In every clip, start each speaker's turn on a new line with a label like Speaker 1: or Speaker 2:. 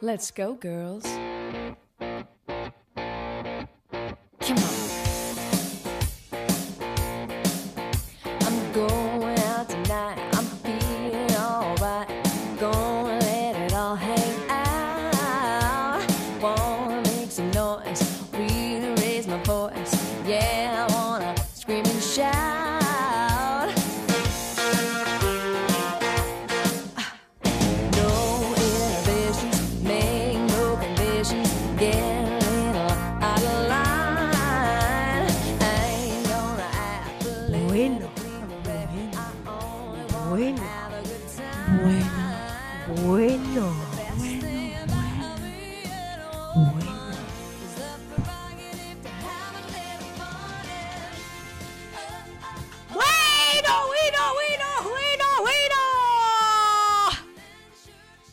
Speaker 1: Let's go, girls. Come on. I'm going out tonight. I'm feeling alright. Gonna let it all hang out. Wanna make some noise. Really raise my voice. Yeah, I wanna scream and shout. No inhibitions, make no conditions, get a little out of line. I ain't gonna act
Speaker 2: Bueno, bueno, bueno, bueno, bueno, bueno.
Speaker 3: Bueno, bueno, bueno, bueno, bueno.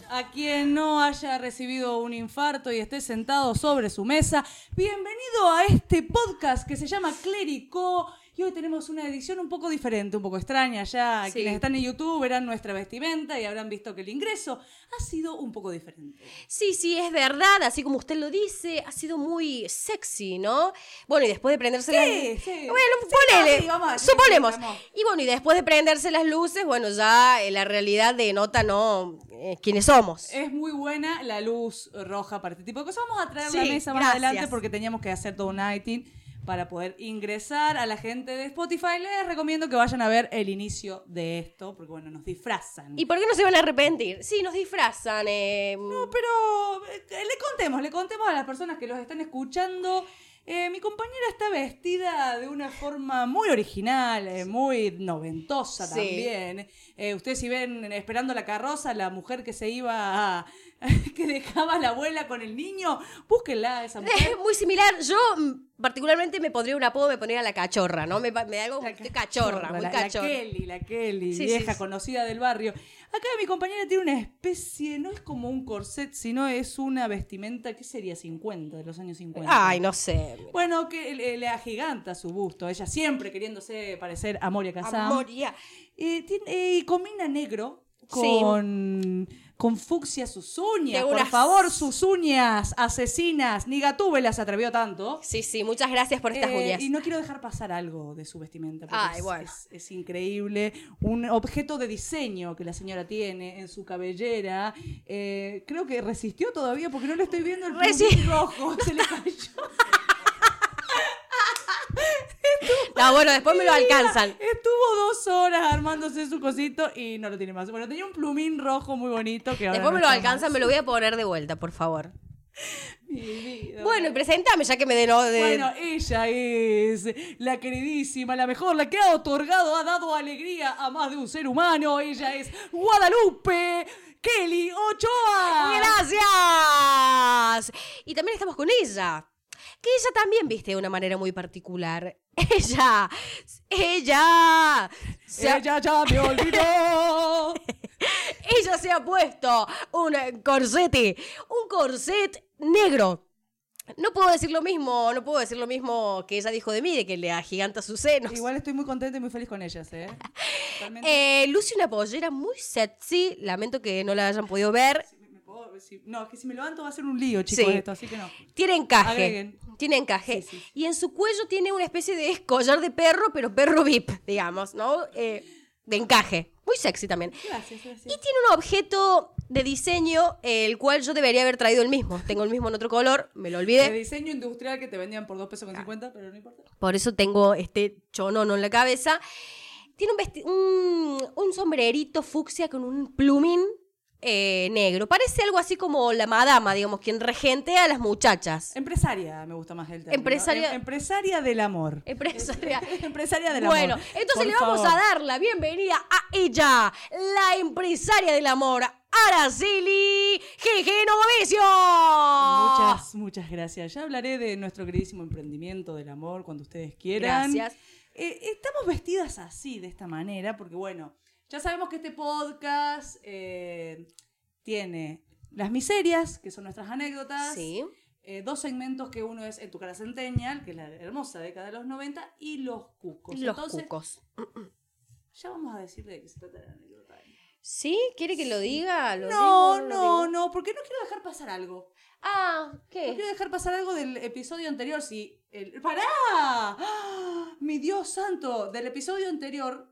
Speaker 3: A quien no haya recibido un infarto y esté sentado sobre su mesa, bienvenido a este podcast que se llama Clérico. Y hoy tenemos una edición un poco diferente, un poco extraña. Ya
Speaker 4: Sí.
Speaker 3: quienes están en YouTube verán nuestra vestimenta y habrán visto que el ingreso ha sido un poco diferente.
Speaker 4: Sí, sí, es verdad, así como usted lo dice, ha sido muy sexy, ¿no? Bueno, y después de prenderse
Speaker 3: Sí,
Speaker 4: las
Speaker 3: sí.
Speaker 4: Bueno,
Speaker 3: Sí,
Speaker 4: ponele,
Speaker 3: no, sí, vamos a decir que
Speaker 4: suponemos.
Speaker 3: estamos-
Speaker 4: Y bueno, y después de prenderse las luces, bueno, ya eh, la realidad denota, ¿no? Eh, quiénes somos.
Speaker 3: Es muy buena la luz roja para este tipo de cosas. Vamos a traer la
Speaker 4: Sí,
Speaker 3: mesa más
Speaker 4: gracias.
Speaker 3: adelante porque teníamos que hacer todo un nighting para poder ingresar a la gente de Spotify. Les recomiendo que vayan a ver el inicio de esto porque, bueno, nos disfrazan.
Speaker 4: ¿Y por qué no se van a arrepentir? Sí, nos disfrazan. eh,
Speaker 3: No, pero eh, le contemos, le contemos a las personas que los están escuchando. Eh, mi compañera está vestida de una forma muy original, eh, muy noventosa
Speaker 4: Sí.
Speaker 3: también. Eh, ustedes si ven en esperando la carroza, la mujer que se iba a- que dejaba a la abuela con el niño, búsquenla a esa
Speaker 4: Es
Speaker 3: mujer.
Speaker 4: muy similar. Yo mm, particularmente me pondría un apodo, me pondría la cachorra, ¿no? Me, pa- me da algo estoy cachorra, muy
Speaker 3: la, la
Speaker 4: cachorra.
Speaker 3: Kelly, la Kelly,
Speaker 4: Sí,
Speaker 3: vieja
Speaker 4: sí, sí.
Speaker 3: conocida del barrio. Acá mi compañera tiene una especie, no es como un corset, sino es una vestimenta, ¿qué sería? 50, de los años 50.
Speaker 4: Ay, no sé.
Speaker 3: Bueno, que le, le agiganta su busto, ella siempre queriéndose parecer a Moria Kazan.
Speaker 4: Amoría.
Speaker 3: Eh, tiene- eh, y combina negro
Speaker 4: Sí.
Speaker 3: con, con fucsia sus uñas.
Speaker 4: De
Speaker 3: Por
Speaker 4: unas-
Speaker 3: favor, sus uñas asesinas. Ni Gatúbela las atrevió tanto.
Speaker 4: Sí, sí, muchas gracias por estas
Speaker 3: Eh,
Speaker 4: uñas.
Speaker 3: y no quiero dejar pasar algo de su vestimenta. porque
Speaker 4: Ay,
Speaker 3: es,
Speaker 4: bueno.
Speaker 3: es- es increíble. Un objeto de diseño que la señora tiene en su cabellera. Eh, creo que resistió todavía porque no le estoy viendo el
Speaker 4: Resi-
Speaker 3: plumín rojo. Se le cayó.
Speaker 4: No, bueno, después me lo alcanzan.
Speaker 3: Estuvo dos horas armándose su cosito y no lo tiene más. Bueno, tenía un plumín rojo muy bonito que ahora
Speaker 4: Después
Speaker 3: no
Speaker 4: me lo
Speaker 3: está
Speaker 4: alcanzan,
Speaker 3: más.
Speaker 4: me lo voy a poner de vuelta, por favor.
Speaker 3: Mi vida.
Speaker 4: Bueno, y presentame ya que me den... o- de-
Speaker 3: Bueno, ella es la queridísima, la mejor, la que ha otorgado, ha dado alegría a más de un ser humano. Ella es Guadalupe Kelly Ochoa.
Speaker 4: ¡Gracias! Y también estamos con ella. Que ella también viste de una manera muy particular. Ella, ella, se ha-
Speaker 3: Ella ya me olvidó.
Speaker 4: ella se ha puesto un eh, corsete, un corset negro. No puedo decir lo mismo, no puedo decir lo mismo que ella dijo de mí, de que le agiganta sus senos.
Speaker 3: Igual estoy muy contenta y muy feliz con ellas, ¿eh? Totalmente.
Speaker 4: Eh, luce una pollera muy sexy. Lamento que no la hayan podido ver.
Speaker 3: Si me- me puedo- si- no, es que si me levanto va a ser un lío, chicos,
Speaker 4: Sí.
Speaker 3: esto, así que no.
Speaker 4: Tiene encaje.
Speaker 3: Agreguen.
Speaker 4: Tiene encaje.
Speaker 3: Sí, sí, sí.
Speaker 4: Y en su cuello tiene una especie de collar de perro, pero perro VIP, digamos, ¿no? Eh, de encaje. Muy sexy también.
Speaker 3: Gracias, gracias.
Speaker 4: Y tiene un objeto de diseño, eh, el cual yo debería haber traído el mismo. Tengo el mismo en otro color, me lo
Speaker 3: de
Speaker 4: olvidé.
Speaker 3: diseño industrial que te vendían por 2 pesos con 50, pero no importa.
Speaker 4: Por eso tengo este chonono en la cabeza. Tiene un, vesti- un, un sombrerito fucsia con un plumín eh, negro. Parece algo así como la madama, digamos, quien regentea a las muchachas.
Speaker 3: Empresaria, me gusta más el término.
Speaker 4: Empresaria-
Speaker 3: Em- empresaria del amor.
Speaker 4: Empresaria.
Speaker 3: empresaria del
Speaker 4: Bueno,
Speaker 3: amor.
Speaker 4: entonces
Speaker 3: Por
Speaker 4: le vamos
Speaker 3: favor.
Speaker 4: a dar la bienvenida a ella, la empresaria del amor, Araceli Gejeno Govicio.
Speaker 3: Muchas, muchas gracias. Ya hablaré de nuestro queridísimo emprendimiento del amor cuando ustedes quieran.
Speaker 4: Gracias.
Speaker 3: Eh, estamos vestidas así, de esta manera, porque bueno, ya sabemos que este podcast eh, tiene las miserias, que son nuestras anécdotas.
Speaker 4: Sí.
Speaker 3: eh, dos segmentos que uno es En tu cara centennial, que es la hermosa década de los 90, y Los Cucos.
Speaker 4: Los
Speaker 3: Entonces,
Speaker 4: cucos.
Speaker 3: Ya vamos a decirle de qué se trata la anécdota.
Speaker 4: ¿Sí? ¿Quiere que lo diga? ¿Lo
Speaker 3: No,
Speaker 4: digo? ¿Lo
Speaker 3: no,
Speaker 4: digo?
Speaker 3: no, porque no quiero dejar pasar algo.
Speaker 4: Ah,
Speaker 3: No
Speaker 4: ¿qué?
Speaker 3: quiero dejar pasar algo del episodio anterior. Si el... ¡Pará! ¡Ah! ¡Mi Dios santo! Del episodio anterior,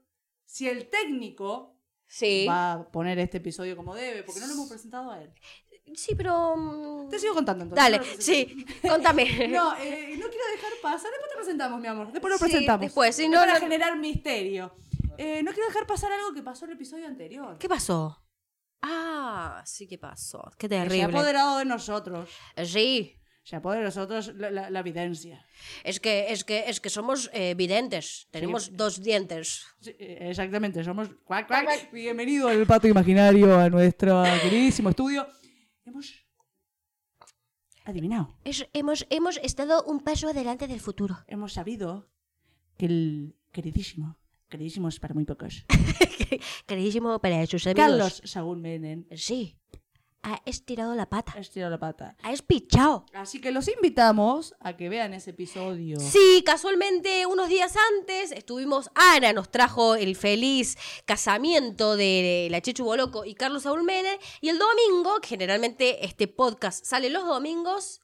Speaker 3: si el técnico
Speaker 4: Sí.
Speaker 3: va a poner este episodio como debe, porque no lo hemos presentado a él.
Speaker 4: Sí, pero... mm,
Speaker 3: Te sigo contando entonces.
Speaker 4: Dale,
Speaker 3: No lo presento.
Speaker 4: sí, contame.
Speaker 3: No, eh, no quiero dejar pasar. Después te presentamos, mi amor. Después lo
Speaker 4: Sí,
Speaker 3: presentamos.
Speaker 4: después, si
Speaker 3: Es
Speaker 4: no,
Speaker 3: Para
Speaker 4: no-
Speaker 3: generar misterio. Eh, no quiero dejar pasar algo que pasó en el episodio anterior.
Speaker 4: ¿Qué pasó? Ah, sí, ¿qué pasó? Qué
Speaker 3: Se ha
Speaker 4: terrible.
Speaker 3: apoderado de nosotros.
Speaker 4: Sí,
Speaker 3: Se apoderado de nosotros la, la- la evidencia.
Speaker 4: es que, es que, es que somos eh, videntes. Tenemos dos dientes.
Speaker 3: Sí, eh, exactamente, somos cuac, cuac. Bienvenido al pato imaginario a nuestro queridísimo estudio. Hemos adivinado,
Speaker 4: Es- hemos, hemos estado un paso adelante del futuro.
Speaker 3: hemos sabido que el queridísimo, queridísimo es para muy pocos,
Speaker 4: Queridísimo para sus amigos.
Speaker 3: Carlos Saúl Menem,
Speaker 4: Sí, ha estirado la pata.
Speaker 3: ha estirado la pata.
Speaker 4: Ha espichado.
Speaker 3: Así que los invitamos a que vean ese episodio.
Speaker 4: Sí, casualmente unos días antes estuvimos, Ana nos trajo el feliz casamiento de la Chechu Boloco y Carlos Saúl Menem, y el domingo, que generalmente este podcast sale los domingos,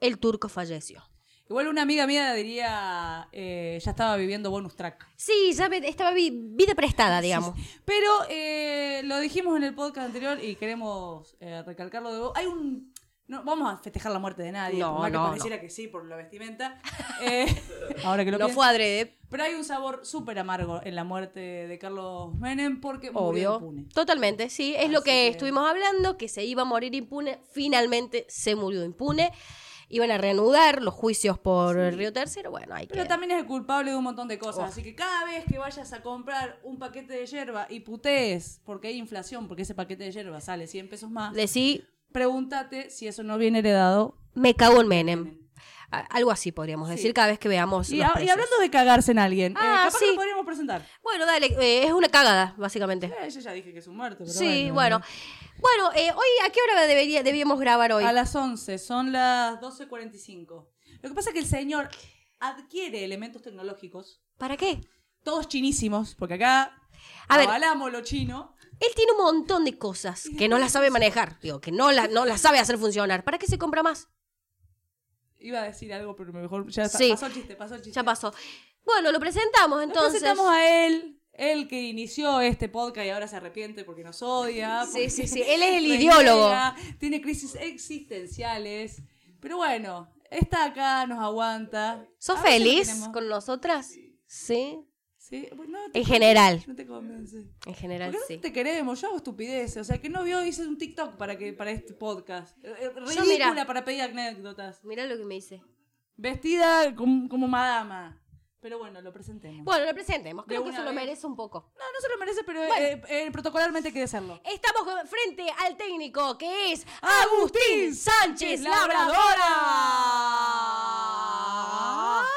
Speaker 4: el turco falleció.
Speaker 3: Igual una amiga mía diría, eh, ya estaba viviendo bonus track.
Speaker 4: Sí, ya ve- estaba vi- vida prestada, digamos.
Speaker 3: Pero eh, lo dijimos en el podcast anterior y queremos eh, recalcarlo de nuevo. Hay un. No, vamos a festejar la muerte de nadie.
Speaker 4: No,
Speaker 3: por más
Speaker 4: no,
Speaker 3: que pareciera que sí por la vestimenta. Eh, ahora que lo
Speaker 4: No
Speaker 3: pienso.
Speaker 4: fue adrede,
Speaker 3: Pero hay un sabor súper amargo en la muerte de Carlos Menem porque murió
Speaker 4: obvio.
Speaker 3: impune.
Speaker 4: Totalmente, sí. Es lo
Speaker 3: Así
Speaker 4: que,
Speaker 3: que-
Speaker 4: estuvimos hablando, que se iba a morir impune. Finalmente se murió impune. Iban a reanudar los juicios por el Río Tercero. Bueno, hay
Speaker 3: Pero
Speaker 4: que...
Speaker 3: también es el culpable de un montón de cosas.
Speaker 4: Oh.
Speaker 3: Así que cada vez que vayas a comprar un paquete de yerba y putees porque hay inflación, porque ese paquete de yerba sale 100 pesos más,
Speaker 4: Decí,
Speaker 3: pregúntate si eso no viene heredado
Speaker 4: me cago en Menem. A- Algo así podríamos
Speaker 3: Sí.
Speaker 4: decir cada vez que veamos.
Speaker 3: Y,
Speaker 4: los
Speaker 3: a- y
Speaker 4: precios.
Speaker 3: hablando de cagarse en alguien, eh,
Speaker 4: Ah,
Speaker 3: capaz
Speaker 4: sí.
Speaker 3: que lo podríamos presentar.
Speaker 4: Bueno, dale, eh, es una cagada, básicamente.
Speaker 3: Eh, yo ya dije que es un muerto, pero
Speaker 4: sí, bueno. Bueno, eh, hoy, ¿a qué hora debería, debíamos grabar hoy?
Speaker 3: A las 11, son las 12.45. Lo que pasa es que el señor adquiere elementos tecnológicos,
Speaker 4: ¿Para qué?
Speaker 3: todos chinísimos, porque acá Ah,
Speaker 4: A ver.
Speaker 3: avalamos lo chino.
Speaker 4: Él tiene un montón de cosas que no las sabe manejar. Digo, que no las no las sabe hacer funcionar. ¿Para qué se compra más?
Speaker 3: Iba a decir algo, pero mejor ya está.
Speaker 4: Sí.
Speaker 3: pasó el chiste, pasó el chiste.
Speaker 4: Ya pasó. Bueno, lo presentamos
Speaker 3: Lo
Speaker 4: entonces.
Speaker 3: presentamos a él, el que inició este podcast y ahora se arrepiente porque nos odia.
Speaker 4: Sí,
Speaker 3: porque
Speaker 4: sí, sí, él es el
Speaker 3: renega,
Speaker 4: ideólogo.
Speaker 3: Tiene crisis existenciales. Pero bueno, está acá, nos aguanta.
Speaker 4: ¿Sos
Speaker 3: A veces lo
Speaker 4: feliz
Speaker 3: tenemos.
Speaker 4: con nosotras? Sí.
Speaker 3: Sí, bueno, no te
Speaker 4: En
Speaker 3: convence,
Speaker 4: general.
Speaker 3: No te convence.
Speaker 4: En
Speaker 3: ¿Por
Speaker 4: general,
Speaker 3: qué
Speaker 4: sí.
Speaker 3: no te queremos? Yo hago estupideces. O sea, que no vio, hice un TikTok para, que, para este podcast. Eh, eh,
Speaker 4: Yo,
Speaker 3: Ridícula
Speaker 4: mira.
Speaker 3: para pedir anécdotas.
Speaker 4: Mirá lo que me dice.
Speaker 3: Vestida como, como madama. Pero bueno, lo presentemos.
Speaker 4: Bueno, lo presentemos. Creo
Speaker 3: De
Speaker 4: que
Speaker 3: una
Speaker 4: se lo
Speaker 3: vez.
Speaker 4: merece un poco.
Speaker 3: no, no se lo merece, pero eh, eh, protocolarmente hay que hacerlo.
Speaker 4: Estamos frente al técnico que es
Speaker 3: Agustín
Speaker 4: Agustín Sánchez
Speaker 3: Labradora.
Speaker 4: Labradora.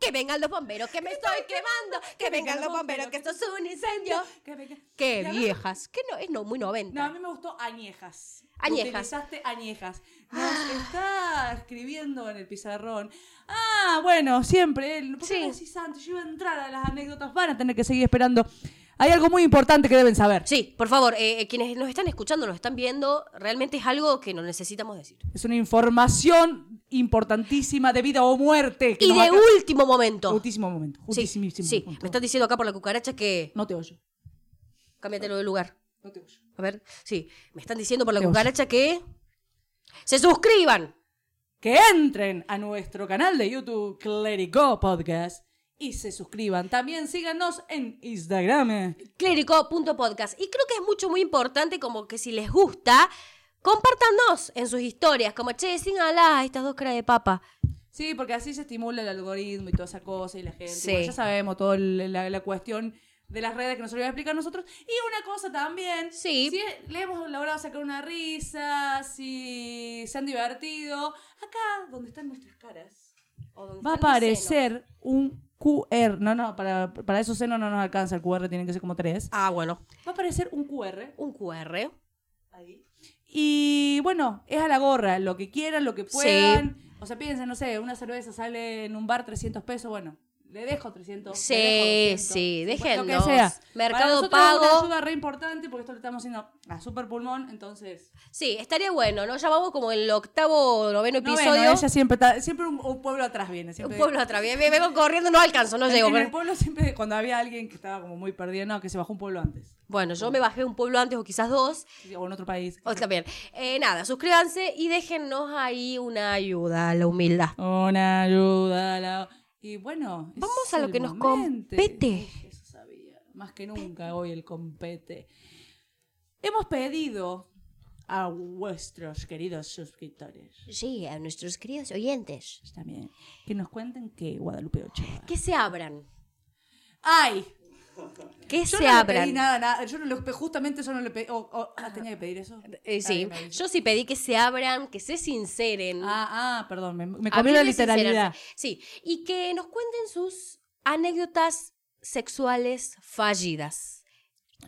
Speaker 4: Que vengan los bomberos, que me estoy quemando. Que vengan los bomberos, que esto es un incendio.
Speaker 3: Que venga-
Speaker 4: Qué
Speaker 3: Y hablando-
Speaker 4: viejas, que no es no, muy
Speaker 3: No, a
Speaker 4: noventa.
Speaker 3: mí me gustó añejas.
Speaker 4: Añejas. Ah.
Speaker 3: Utilizaste añejas. Nos está escribiendo en el pizarrón. Ah, bueno, siempre él. ¿Por qué
Speaker 4: Sí.
Speaker 3: no decís antes? Yo iba a entrar a las anécdotas. Van a tener que seguir esperando. Hay algo muy importante que deben saber.
Speaker 4: Sí, por favor, eh, eh, quienes nos están escuchando, nos están viendo, realmente es algo que nos necesitamos decir.
Speaker 3: Es una información importantísima de vida o muerte. que
Speaker 4: Y
Speaker 3: nos
Speaker 4: de
Speaker 3: acaba-
Speaker 4: último momento.
Speaker 3: Jutísimo momento.
Speaker 4: Sí,
Speaker 3: Jutísimo
Speaker 4: sí,
Speaker 3: punto.
Speaker 4: me están diciendo acá por la cucaracha que
Speaker 3: No te oyo.
Speaker 4: cámbiatelo de lugar.
Speaker 3: No te oyo.
Speaker 4: A ver, sí, me están diciendo por la
Speaker 3: Qué oso.
Speaker 4: cucaracha que se suscriban.
Speaker 3: que entren a nuestro canal de YouTube Clerico Podcast y se suscriban. También síganos en Instagram.
Speaker 4: Clérico.podcast. Y creo que es mucho, muy importante, como que si les gusta, compártanos en sus historias, como che, sin alá, estas dos caras de papa.
Speaker 3: Sí, porque así se estimula el algoritmo y toda esa cosa y la gente.
Speaker 4: Sí.
Speaker 3: Bueno, ya sabemos toda la, la cuestión de las redes que nos olvidó explicar nosotros. Y una cosa también,
Speaker 4: Sí.
Speaker 3: si le hemos logrado sacar una risa, si se han divertido, acá donde están nuestras caras
Speaker 4: O donde
Speaker 3: va a
Speaker 4: están mis senos.
Speaker 3: aparecer un QR. No, no, para, para eso seno no nos alcanza el QR, tienen que ser como tres.
Speaker 4: Ah, bueno,
Speaker 3: Va a aparecer un QR
Speaker 4: un QR.
Speaker 3: Ahí. Y bueno, es a la gorra, lo que quieran, lo que puedan. O sea, piensen, no sé, una cerveza sale en un bar 300 pesos, bueno, le dejo 300.
Speaker 4: Sí,
Speaker 3: le dejo 200.
Speaker 4: sí,
Speaker 3: Bueno, Lo
Speaker 4: déjenlos.
Speaker 3: que sea.
Speaker 4: Mercado
Speaker 3: Para nosotros es
Speaker 4: Pago.
Speaker 3: una ayuda re importante porque esto lo estamos haciendo a super pulmón, entonces.
Speaker 4: Sí, estaría bueno, ¿no? Ya vamos como en el octavo, noveno episodio.
Speaker 3: Noveno, ella siempre está, siempre un, un pueblo atrás viene.
Speaker 4: Un
Speaker 3: Siempre,
Speaker 4: pueblo atrás. Bien, bien, Vengo corriendo, no alcanzo, no
Speaker 3: en-
Speaker 4: llego.
Speaker 3: En el pueblo siempre, cuando había alguien que estaba como muy perdido, no, que se bajó un pueblo antes.
Speaker 4: Bueno, yo me bajé un pueblo antes o quizás dos.
Speaker 3: O en otro país.
Speaker 4: O también. Eh, nada, suscríbanse y déjennos ahí una ayuda a la humildad.
Speaker 3: Una ayuda a la... Y bueno... es
Speaker 4: Vamos a lo
Speaker 3: el
Speaker 4: que nos
Speaker 3: momento.
Speaker 4: compete.
Speaker 3: Uy, eso sabía. Más que nunca hoy el compete. Hemos pedido a vuestros queridos suscriptores
Speaker 4: Sí, a nuestros queridos oyentes.
Speaker 3: también que nos cuenten que Guadalupe Ochoa...
Speaker 4: Que se abran.
Speaker 3: ¡Ay!
Speaker 4: Que
Speaker 3: Yo no
Speaker 4: se
Speaker 3: le
Speaker 4: abran.
Speaker 3: pedí nada, nada. Yo no le- justamente eso no le pedí... oh, oh, ah, tenía que pedir eso.
Speaker 4: Eh, sí,
Speaker 3: Ah,
Speaker 4: yo sí pedí que se abran, que se sinceren.
Speaker 3: Ah, ah, perdón, me, me
Speaker 4: Habría
Speaker 3: comió la
Speaker 4: que
Speaker 3: literalidad.
Speaker 4: sincerarse. Sí, y que nos cuenten sus anécdotas sexuales fallidas.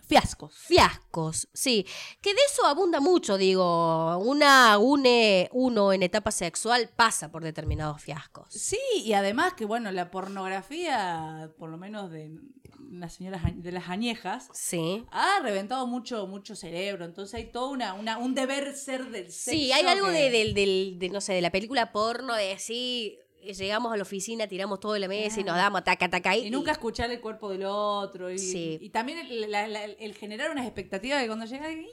Speaker 3: Fiascos.
Speaker 4: Fiascos, sí. Que de eso abunda mucho, digo. Una une uno en etapa sexual pasa por determinados fiascos.
Speaker 3: Sí, y además que, bueno, la pornografía, por lo menos de las señoras añ- de las añejas,
Speaker 4: Sí.
Speaker 3: ha reventado mucho, mucho cerebro. Entonces hay todo una, una- un deber ser del sexo.
Speaker 4: Sí, hay algo
Speaker 3: que-
Speaker 4: de, del- del- de, no sé, de la película porno, de sí, llegamos a la oficina, tiramos todo de la mesa y nos damos taca, taca.
Speaker 3: Y nunca escuchar el cuerpo del otro. Y,
Speaker 4: Sí.
Speaker 3: y también el, la- la- el generar unas expectativas de cuando llega. ¡ih!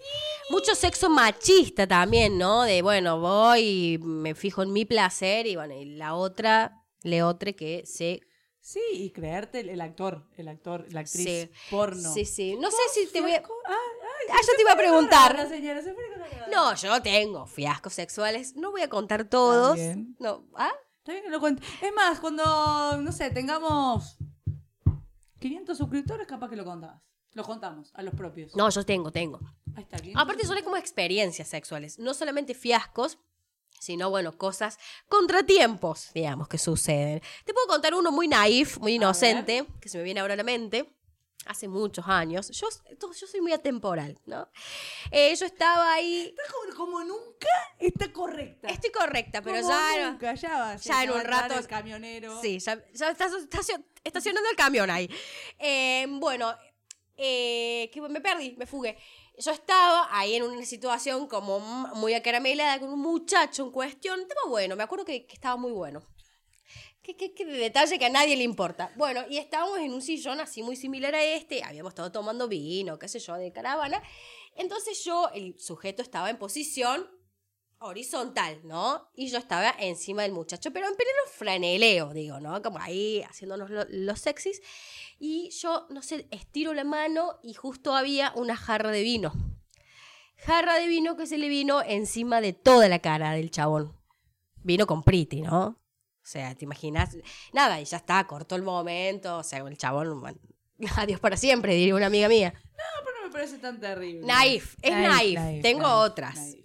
Speaker 4: Mucho sexo machista también, ¿no? De bueno, voy y me fijo en mi placer y bueno, y la otra, le otra que se.
Speaker 3: Sí, y creerte el, el actor, el actor, la actriz
Speaker 4: Sí.
Speaker 3: porno.
Speaker 4: Sí, sí. No sé si te voy a.
Speaker 3: Fiasco. Ah, ay,
Speaker 4: Ah, yo te iba a
Speaker 3: la
Speaker 4: preguntar.
Speaker 3: señora se fue con la cara.
Speaker 4: No, yo tengo fiascos sexuales. No voy a contar todos.
Speaker 3: También.
Speaker 4: No, ¿ah?
Speaker 3: Está bien que lo cuente. Es más, cuando, no sé, tengamos 500 suscriptores, capaz que lo contabas. Lo contamos a los propios.
Speaker 4: No, yo tengo, tengo.
Speaker 3: Ahí está, 500.
Speaker 4: Aparte son como experiencias sexuales, no solamente fiascos, sino, bueno, cosas, contratiempos, digamos, que suceden. Te puedo contar uno muy naif, muy inocente, que se me viene ahora a la mente, hace muchos años. Yo, yo soy muy atemporal, ¿no? Eh, yo estaba ahí,
Speaker 3: Está como, como nunca está correcta.
Speaker 4: estoy correcta, Este, pero
Speaker 3: Como
Speaker 4: ya...
Speaker 3: Nunca, ya va.
Speaker 4: ya en un rato-
Speaker 3: El camionero.
Speaker 4: Sí, ya, ya está estacio- estacionando el camión ahí. Eh, bueno, eh, que me perdí, me fugué. Yo estaba ahí en una situación como m- muy acaramelada con un muchacho en cuestión. Un tema bueno, me acuerdo que, que estaba muy bueno. Qué, qué- qué detalle que a nadie le importa. Bueno, y estábamos en un sillón así muy similar a este. Habíamos estado tomando vino, qué sé yo, de caravana. Entonces yo, el sujeto estaba en posición horizontal, ¿no? Y yo estaba encima del muchacho, pero en pleno franeleo, digo, ¿no? Como ahí haciéndonos lo- los sexys. Y yo, no sé, estiro la mano y justo había una jarra de vino. Jarra de vino que se le vino encima de toda la cara del chabón. Vino con Priti, ¿no? O sea, te imaginas. Nada, y ya está, cortó el momento. O sea, el chabón, bueno, adiós para siempre, diría una amiga mía.
Speaker 3: No, pero no me parece tan terrible.
Speaker 4: Naif, es naif. Tengo
Speaker 3: naif,
Speaker 4: otras.
Speaker 3: naif.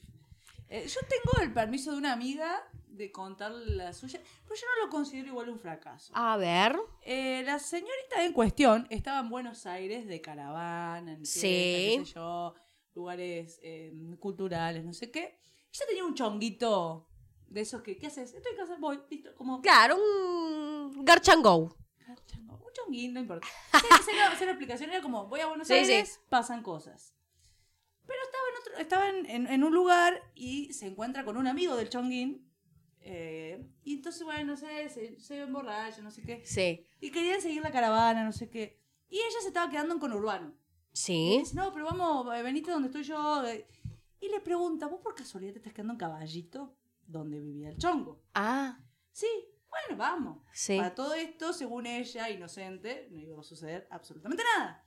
Speaker 3: Eh, yo tengo el permiso de una amiga de contar la suya, pero yo no lo considero igual un fracaso.
Speaker 4: A ver.
Speaker 3: Eh, la señorita en cuestión estaba en Buenos Aires de caravana, en
Speaker 4: Sí.
Speaker 3: fiesta, qué sé yo, lugares eh, culturales, no sé qué. Ella tenía un chonguito de esos que, ¿qué haces? Estoy en casa, voy, listo, como "Ah,
Speaker 4: Claro, un garchango.
Speaker 3: chongo, un chonguín, no importa. Cero, cero, cero explicación, era como, voy a Buenos
Speaker 4: Sí,
Speaker 3: Aires, pasan cosas. Pero estaba, en, otro- estaba en, en- en un lugar y se encuentra con un amigo del chonguín. eh, y entonces, bueno, no sé, se, se emborracha, no sé qué.
Speaker 4: Sí.
Speaker 3: Y querían seguir la caravana, no sé qué. Y ella se estaba quedando en conurbano. Y
Speaker 4: Sí.
Speaker 3: dice, no, pero vamos, eh, venite donde estoy yo. eh. Y le pregunta, ¿vos por casualidad te estás quedando en caballito? Donde vivía el chongo.
Speaker 4: Ah,
Speaker 3: Sí, bueno, vamos.
Speaker 4: Sí.
Speaker 3: Para todo esto, según ella, inocente, no iba a suceder absolutamente nada.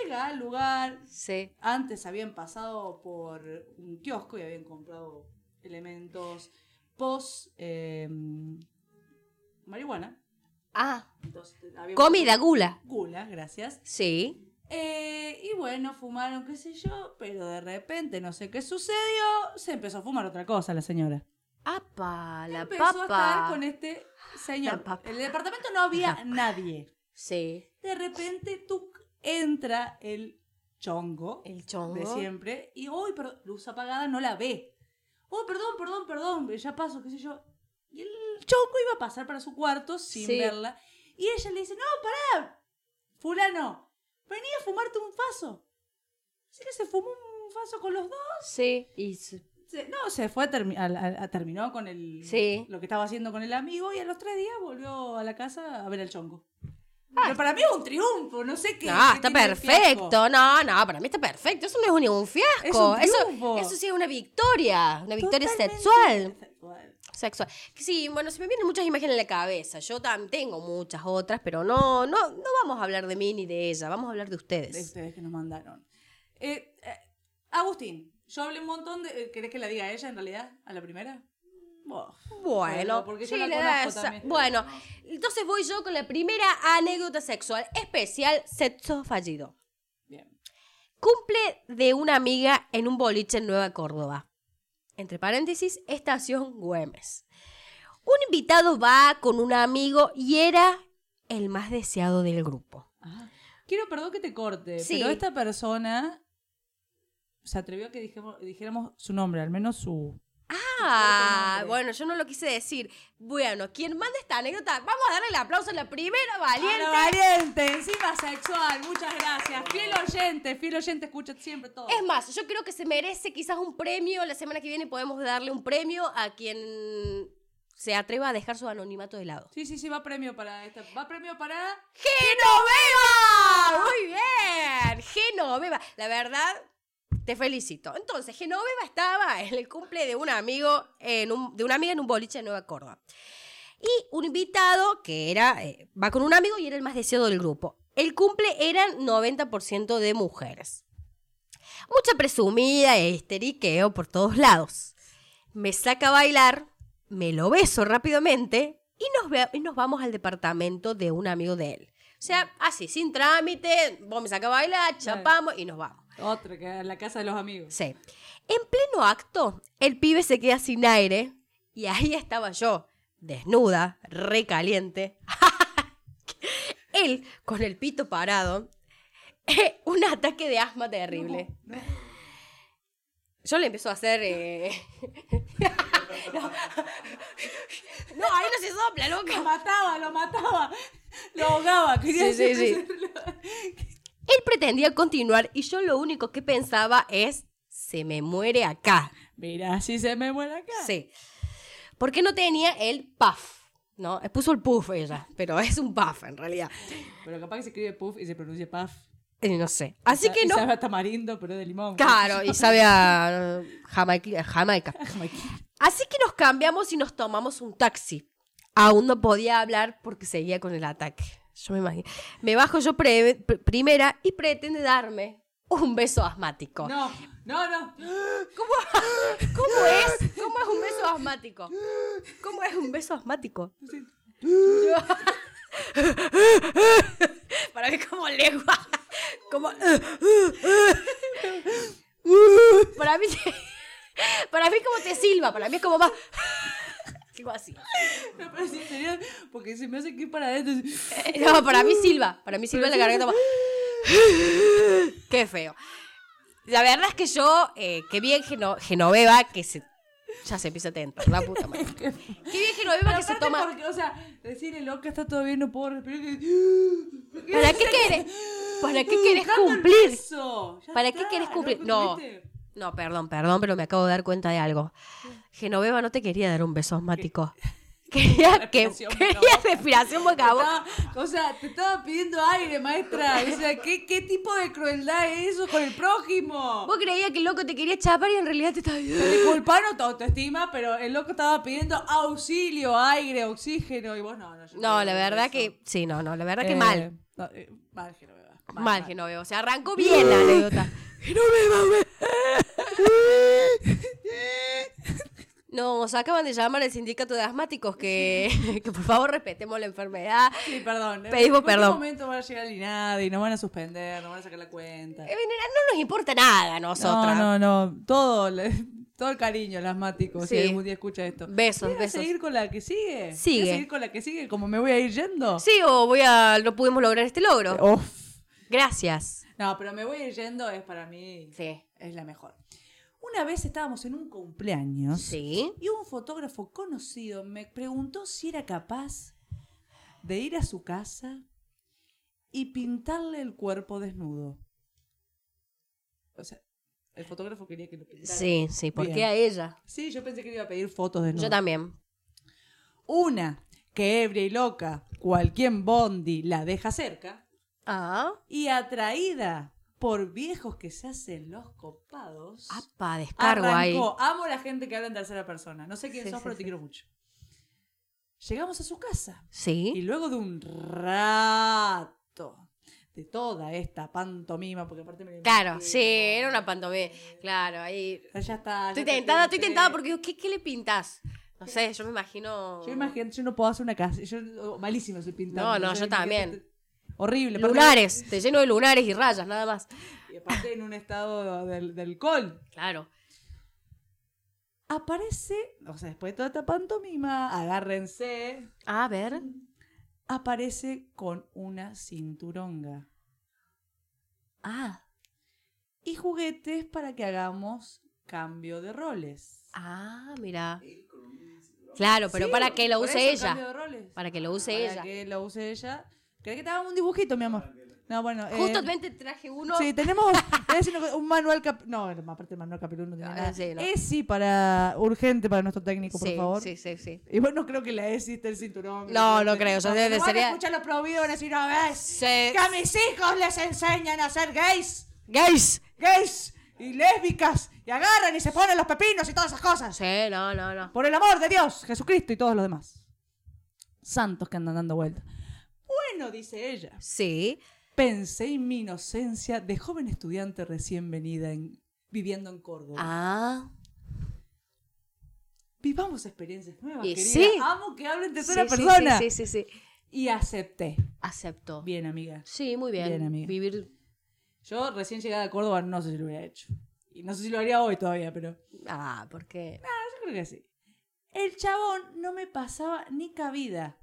Speaker 3: Llega al lugar,
Speaker 4: sí.
Speaker 3: antes habían pasado por un kiosco y habían comprado elementos post eh, marihuana.
Speaker 4: Ah,
Speaker 3: Entonces, había-
Speaker 4: comida, gula.
Speaker 3: Gula, gracias.
Speaker 4: Sí.
Speaker 3: Eh, y bueno, fumaron, qué sé yo, pero de repente no sé qué sucedió, se empezó a fumar otra cosa la señora.
Speaker 4: Apa, la
Speaker 3: empezó a estar con este
Speaker 4: La
Speaker 3: señor.
Speaker 4: papa.
Speaker 3: En el departamento no había nadie.
Speaker 4: Sí.
Speaker 3: De repente tú entra el chongo
Speaker 4: El
Speaker 3: de
Speaker 4: chongo.
Speaker 3: siempre y, uy, pero luz apagada no la ve. Oh, perdón, perdón, perdón, ya paso, qué sé yo. Y el chongo iba a pasar para su cuarto sin
Speaker 4: Sí.
Speaker 3: verla. Y ella le dice, no, pará, fulano, vení a fumarte un faso. Así que se fumó un faso con los dos.
Speaker 4: Sí, y s-
Speaker 3: Se- no, se fue, a termi- al- al- a- terminó con el,
Speaker 4: Sí.
Speaker 3: lo que estaba haciendo con el amigo y a los tres días volvió a la casa a ver al chongo. Pero para mí es un triunfo, no sé qué.
Speaker 4: No,
Speaker 3: qué
Speaker 4: está
Speaker 3: tiene de fiasco.
Speaker 4: perfecto. No, no, para mí está perfecto. Eso no es un- ningún fiasco.
Speaker 3: Es un triunfo.
Speaker 4: eso, eso sí es una victoria. Una victoria
Speaker 3: Totalmente
Speaker 4: sexual.
Speaker 3: sexual.
Speaker 4: Sexual. Sí, bueno, se me vienen muchas imágenes en la cabeza. Yo también tengo muchas otras, pero no, no, no vamos a hablar de mí ni de ella. Vamos a hablar de
Speaker 3: De
Speaker 4: ustedes.
Speaker 3: ustedes que nos mandaron. Eh, eh, Agustín, yo hablé un montón de. eh, ¿Querés que la diga ella en realidad? ¿A la primera? Buah.
Speaker 4: Bueno,
Speaker 3: porque yo
Speaker 4: sí,
Speaker 3: la
Speaker 4: le
Speaker 3: conozco
Speaker 4: da esa-
Speaker 3: también.
Speaker 4: bueno, entonces voy yo con la primera anécdota sexual especial, sexo fallido.
Speaker 3: Bien.
Speaker 4: Cumple de una amiga en un boliche en Nueva Córdoba. Entre paréntesis, estación Güemes. Un invitado va con un amigo y era el más deseado del grupo.
Speaker 3: Ah, Quiero, perdón que te corte,
Speaker 4: Sí.
Speaker 3: pero esta persona se atrevió a que dijemo- dijéramos su nombre, al menos su.
Speaker 4: Ah,
Speaker 3: nombre.
Speaker 4: bueno, yo no lo quise decir. Bueno, quien manda esta anécdota, vamos a darle el aplauso a la primera valiente.
Speaker 3: ¡Valiente! Ah, ¡Valiente! Encima sexual, muchas gracias. Fiel oyente, fiel oyente, escucha siempre todo.
Speaker 4: Es más, yo creo que se merece quizás un premio. La semana que viene podemos darle un premio a quien se atreva a dejar su anonimato de lado.
Speaker 3: Sí, sí, sí, va premio para esta. Va premio para.
Speaker 4: ¡Genoveva! Muy bien, Genoveva. La verdad, te felicito. Entonces, Genoveva estaba en el cumple de un amigo, en un- de una amiga en un boliche de Nueva Córdoba. Y un invitado que era, eh, va con un amigo y era el más deseado del grupo. El cumple eran 90% de mujeres. Mucha presumida e histeriqueo por todos lados. Me saca a bailar, me lo beso rápidamente y nos, ve- y nos vamos al departamento de un amigo de él. O sea, así, sin trámite, vos me sacas a bailar, chapamos y nos vamos.
Speaker 3: Otro, que en la casa de los amigos.
Speaker 4: Sí. En pleno acto, el pibe se queda sin aire y ahí estaba yo, desnuda, recaliente. Él, con el pito parado, un ataque de asma terrible. Yo le empezó a hacer... eh, no. No, ahí no se sopla, loca.
Speaker 3: Lo mataba, lo mataba. Lo ahogaba. Quería
Speaker 4: Sí, sí, sí.
Speaker 3: siempre hacerlo.
Speaker 4: Él pretendía continuar y yo lo único que pensaba es, se me muere acá.
Speaker 3: Mira, si se me muere acá.
Speaker 4: Sí. Porque no tenía el puff, ¿no? Eh, Puso el puff ella, pero es un puff en realidad.
Speaker 3: Pero capaz que se escribe puff y se pronuncia puff.
Speaker 4: Eh, No sé. Así
Speaker 3: Sa-
Speaker 4: que
Speaker 3: y
Speaker 4: no.
Speaker 3: Sabe a tamarindo, pero de limón.
Speaker 4: Claro, y sabe a eh, Jamaica, Jamaica. Así que nos cambiamos y nos tomamos un taxi. Aún no podía hablar porque seguía con el ataque. Yo me imagino. Me bajo yo pre- pr- primera y pretende darme un beso asmático.
Speaker 3: No, no, no.
Speaker 4: ¿Cómo es? ¿Cómo es un beso asmático? ¿Cómo es un beso asmático? Para mí como lengua. Como... Para mí... Para mí como te silba. Para mí es como más... Algo así.
Speaker 3: Me parece genial porque se me hace que ir para adentro.
Speaker 4: Eh, No, para mí silba. Para mí silba en la garganta. como- Qué feo. La verdad es que yo, eh, qué bien Geno- Genoveva que se... Ya se empieza a tentar, la puta madre. Qué bien Genoveva que se
Speaker 3: Aparte
Speaker 4: toma...
Speaker 3: Porque, o sea, decirle loca está todo bien, no puedo respirar.
Speaker 4: ¿Para qué querés? ¿Para qué querés
Speaker 3: Dame el
Speaker 4: cumplir?
Speaker 3: beso. Ya
Speaker 4: ¿Para
Speaker 3: está,
Speaker 4: qué querés
Speaker 3: ¿no
Speaker 4: cumplir? No.
Speaker 3: cumpliste?
Speaker 4: No, perdón, perdón, pero me acabo de dar cuenta de algo. Genoveva no te quería dar un beso asmático. Quería que
Speaker 3: Respiración
Speaker 4: quería
Speaker 3: boca
Speaker 4: respiración boca a boca.
Speaker 3: Estaba- o sea, te estaba pidiendo aire, maestra. O sea, ¿qué, qué tipo de crueldad es eso con el prójimo?
Speaker 4: Vos creías que el loco te quería chapar y en realidad te estaba
Speaker 3: Le culparon tu autoestima, pero el loco estaba pidiendo auxilio, aire, oxígeno. Y vos no, no. yo
Speaker 4: No,
Speaker 3: te
Speaker 4: la
Speaker 3: doy
Speaker 4: verdad
Speaker 3: eso.
Speaker 4: que sí, no, no, la verdad que
Speaker 3: Eh,
Speaker 4: mal.
Speaker 3: no, eh, mal, Genoveva.
Speaker 4: Mal Genoveva, o sea, arrancó bien la anécdota. Nos acaban de llamar el sindicato de asmáticos que, que por favor respetemos la enfermedad.
Speaker 3: Sí, perdón. eh,
Speaker 4: Pedimos
Speaker 3: En cualquier
Speaker 4: perdón.
Speaker 3: momento van a llegar el INADI, nos van a suspender, nos van a sacar la cuenta.
Speaker 4: Eh, No nos importa nada a nosotras.
Speaker 3: No, no, no. Todo, le- todo el cariño, el asmático,
Speaker 4: Sí.
Speaker 3: si algún día escucha esto.
Speaker 4: Besos,
Speaker 3: ¿Quieres
Speaker 4: besos.
Speaker 3: seguir con la que sigue?
Speaker 4: Sigue.
Speaker 3: ¿Quieres seguir con la que sigue? Como me voy a ir yendo. Eh,
Speaker 4: Sí, o voy a. No pudimos lograr este logro.
Speaker 3: Uf.
Speaker 4: Gracias.
Speaker 3: No, pero me voy a ir yendo es para mí.
Speaker 4: Sí.
Speaker 3: Es la mejor. Una vez estábamos en un cumpleaños
Speaker 4: Sí.
Speaker 3: y un fotógrafo conocido me preguntó si era capaz de ir a su casa y pintarle el cuerpo desnudo. O sea, el fotógrafo quería que lo pintara.
Speaker 4: Sí, sí, ¿por
Speaker 3: Bien.
Speaker 4: qué a ella?
Speaker 3: Sí, yo pensé que le iba a pedir fotos desnudo.
Speaker 4: Yo también.
Speaker 3: Una, que ebria y loca, cualquier bondi la deja cerca.
Speaker 4: Ah.
Speaker 3: Y atraída por viejos que se hacen los copados.
Speaker 4: Apa, descargo ahí.
Speaker 3: Arrancó. Amo la gente que habla en tercera persona. No sé quién
Speaker 4: Sí,
Speaker 3: sos,
Speaker 4: sí,
Speaker 3: pero te
Speaker 4: sí.
Speaker 3: quiero mucho. Llegamos a su casa. Y
Speaker 4: Sí.
Speaker 3: luego de un rato de toda esta pantomima, porque aparte me lo
Speaker 4: Claro,
Speaker 3: imagino.
Speaker 4: sí, era una pantomima. Claro, ahí.
Speaker 3: O sea, Ya está. ya
Speaker 4: Estoy
Speaker 3: te
Speaker 4: tentada, estoy
Speaker 3: pinté.
Speaker 4: tentada porque digo, ¿qué, qué le pintas? No sé, yo me imagino.
Speaker 3: Yo imagino, yo no puedo hacer una casa. Yo, oh, malísimo soy pintando.
Speaker 4: No, no,
Speaker 3: O sea,
Speaker 4: yo también.
Speaker 3: imagínate- Horrible. aparte-
Speaker 4: Lunares, te lleno de lunares y rayas, nada más.
Speaker 3: Y aparte en un estado de, de alcohol.
Speaker 4: Claro.
Speaker 3: Aparece, o sea, después de toda esta pantomima, agárrense,
Speaker 4: A ver.
Speaker 3: aparece con una cinturonga
Speaker 4: Ah.
Speaker 3: y juguetes para que hagamos cambio de roles.
Speaker 4: Ah, mira. Claro, pero
Speaker 3: Sí,
Speaker 4: para que lo
Speaker 3: por
Speaker 4: use
Speaker 3: eso,
Speaker 4: ella.
Speaker 3: cambio de roles.
Speaker 4: Para que lo use
Speaker 3: Para
Speaker 4: ella.
Speaker 3: que lo use ella. ¿Crees que te haga un dibujito, mi amor? No, bueno. eh,
Speaker 4: Justamente traje uno.
Speaker 3: Sí, tenemos es un- un manual cap- No, el- aparte el manual capítulo no tiene
Speaker 4: Ah,
Speaker 3: nada.
Speaker 4: sí, no.
Speaker 3: ESI para urgente para nuestro técnico, por
Speaker 4: sí,
Speaker 3: favor.
Speaker 4: sí, sí, sí.
Speaker 3: Y bueno, no creo que la ESI esté el cinturón.
Speaker 4: No, no creo, yo debe-
Speaker 3: van
Speaker 4: sería-
Speaker 3: a escuchar los prohibidos van a decir, no, ves,
Speaker 4: Sí.
Speaker 3: que a mis hijos les enseñan a ser gays,
Speaker 4: Gays.
Speaker 3: gays y lésbicas, y agarran y se ponen los pepinos y todas esas cosas.
Speaker 4: Sí, no, no, no.
Speaker 3: Por el amor de Dios, Jesucristo y todos los demás. Santos que andan dando vueltas. Bueno, dice ella.
Speaker 4: Sí.
Speaker 3: Pensé en mi inocencia de joven estudiante recién venida en- viviendo en Córdoba.
Speaker 4: Ah.
Speaker 3: Vivamos experiencias nuevas,
Speaker 4: Y
Speaker 3: querida.
Speaker 4: sí.
Speaker 3: Amo que hablen
Speaker 4: Sí,
Speaker 3: tercera
Speaker 4: sí,
Speaker 3: persona.
Speaker 4: Sí, sí, sí, sí.
Speaker 3: Y acepté.
Speaker 4: Acepto.
Speaker 3: Bien, amiga.
Speaker 4: Sí, muy bien.
Speaker 3: Bien, amiga.
Speaker 4: Vivir.
Speaker 3: Yo recién llegada a Córdoba no sé si lo hubiera hecho. Y no sé si lo haría hoy todavía, pero yo
Speaker 4: Ah, porque.
Speaker 3: creo que sí. El chabón no me pasaba ni cabida.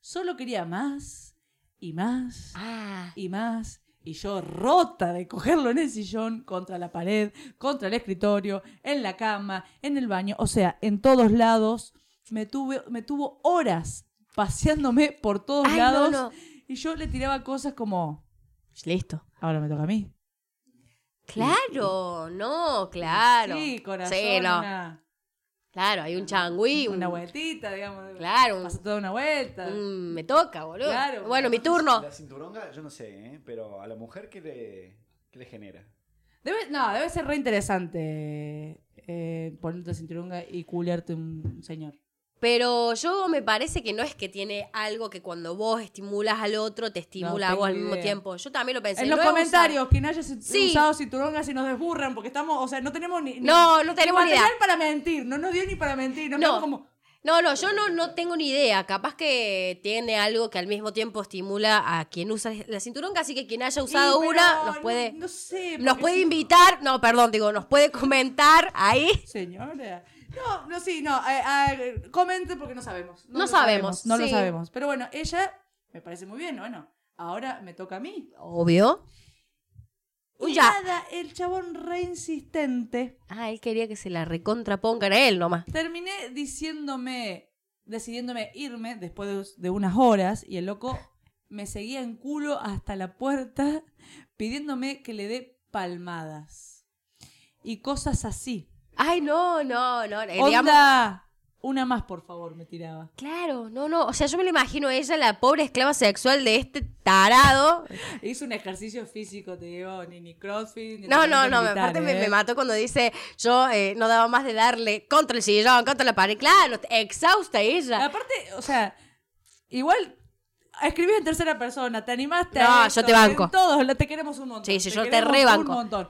Speaker 3: Solo quería más y más
Speaker 4: Ah.
Speaker 3: y más. Y yo rota de cogerlo en el sillón, contra la pared, contra el escritorio, en la cama, en el baño, o sea, en todos lados. Me, tuve, me tuvo horas paseándome por todos
Speaker 4: Ay, no,
Speaker 3: lados.
Speaker 4: no.
Speaker 3: Y yo le tiraba cosas como,
Speaker 4: Listo.
Speaker 3: ahora me toca a mí.
Speaker 4: Claro, no, claro.
Speaker 3: Sí, corazón,
Speaker 4: Sí, no.
Speaker 3: una,
Speaker 4: Claro, hay un changüí. Un,
Speaker 3: una vueltita, digamos.
Speaker 4: Claro, Mm. un-
Speaker 3: Pasa toda una vuelta.
Speaker 4: un me toca, boludo.
Speaker 3: Claro.
Speaker 4: bueno, mi turno.
Speaker 5: La cinturonga, yo no sé, ¿eh? pero a la mujer, ¿qué le, qué le genera?
Speaker 3: Debe, no, debe ser re interesante eh, ponerte cinturunga y culiarte un señor.
Speaker 4: Pero yo me parece que no es que tiene algo que cuando vos estimulas al otro te estimula a
Speaker 3: tengo
Speaker 4: vos al
Speaker 3: idea.
Speaker 4: mismo tiempo. Yo también lo pensé.
Speaker 3: en
Speaker 4: lo
Speaker 3: los
Speaker 4: he
Speaker 3: comentarios, quien haya ci-
Speaker 4: Sí.
Speaker 3: usado cinturonga si nos desburran, porque estamos, o sea, no tenemos ni, ni-
Speaker 4: No, no tenemos ni
Speaker 3: material
Speaker 4: idea.
Speaker 3: para mentir, no nos dio ni para mentir, nos
Speaker 4: No.
Speaker 3: quedamos como
Speaker 4: usado. No, no, yo no, no tengo ni idea. Capaz que tiene algo que al mismo tiempo estimula a quien usa la cinturón, así que quien haya usado
Speaker 3: "Y, pero
Speaker 4: una nos
Speaker 3: no-
Speaker 4: puede,
Speaker 3: no, sé,
Speaker 4: nos
Speaker 3: porque
Speaker 4: puede
Speaker 3: sí".
Speaker 4: invitar. No, perdón, digo, nos puede comentar ahí.
Speaker 3: Señora. No, no, sí, no. eh, eh, comente porque no sabemos.
Speaker 4: No
Speaker 3: lo
Speaker 4: sabemos,
Speaker 3: No lo
Speaker 4: sí.
Speaker 3: sabemos. Pero bueno, ella me parece muy bien. Bueno, ahora me toca a mí.
Speaker 4: Obvio.
Speaker 3: Y
Speaker 4: Uy, Uh, ya.
Speaker 3: nada, el chabón re insistente.
Speaker 4: Ah, él quería que se la recontrapongan a él nomás.
Speaker 3: Terminé diciéndome, decidiéndome irme después de, de unas horas y el loco me seguía en culo hasta la puerta pidiéndome que le dé palmadas y cosas así.
Speaker 4: Ay, no, no, no. eh, digamos-
Speaker 3: Onda, una más por favor, me tiraba.
Speaker 4: claro, no, no. O sea, yo me la imagino a ella, la pobre esclava sexual de este tarado.
Speaker 3: Hice un ejercicio físico, te digo, ni, ni crossfit. Ni
Speaker 4: No, no,
Speaker 3: entrenamiento
Speaker 4: no.
Speaker 3: militar,
Speaker 4: Aparte me,
Speaker 3: ¿eh?
Speaker 4: me mató cuando dice, yo eh, no daba más de darle contra el sillón, contra la pared. Claro, exhausta ella.
Speaker 3: Aparte, o sea, igual escribís en tercera persona, te animaste
Speaker 4: No,
Speaker 3: a
Speaker 4: yo
Speaker 3: esto,
Speaker 4: te banco.
Speaker 3: en Todos la- te queremos un montón.
Speaker 4: Sí, sí, yo te
Speaker 3: queremos
Speaker 4: rebanco.
Speaker 3: Un montón.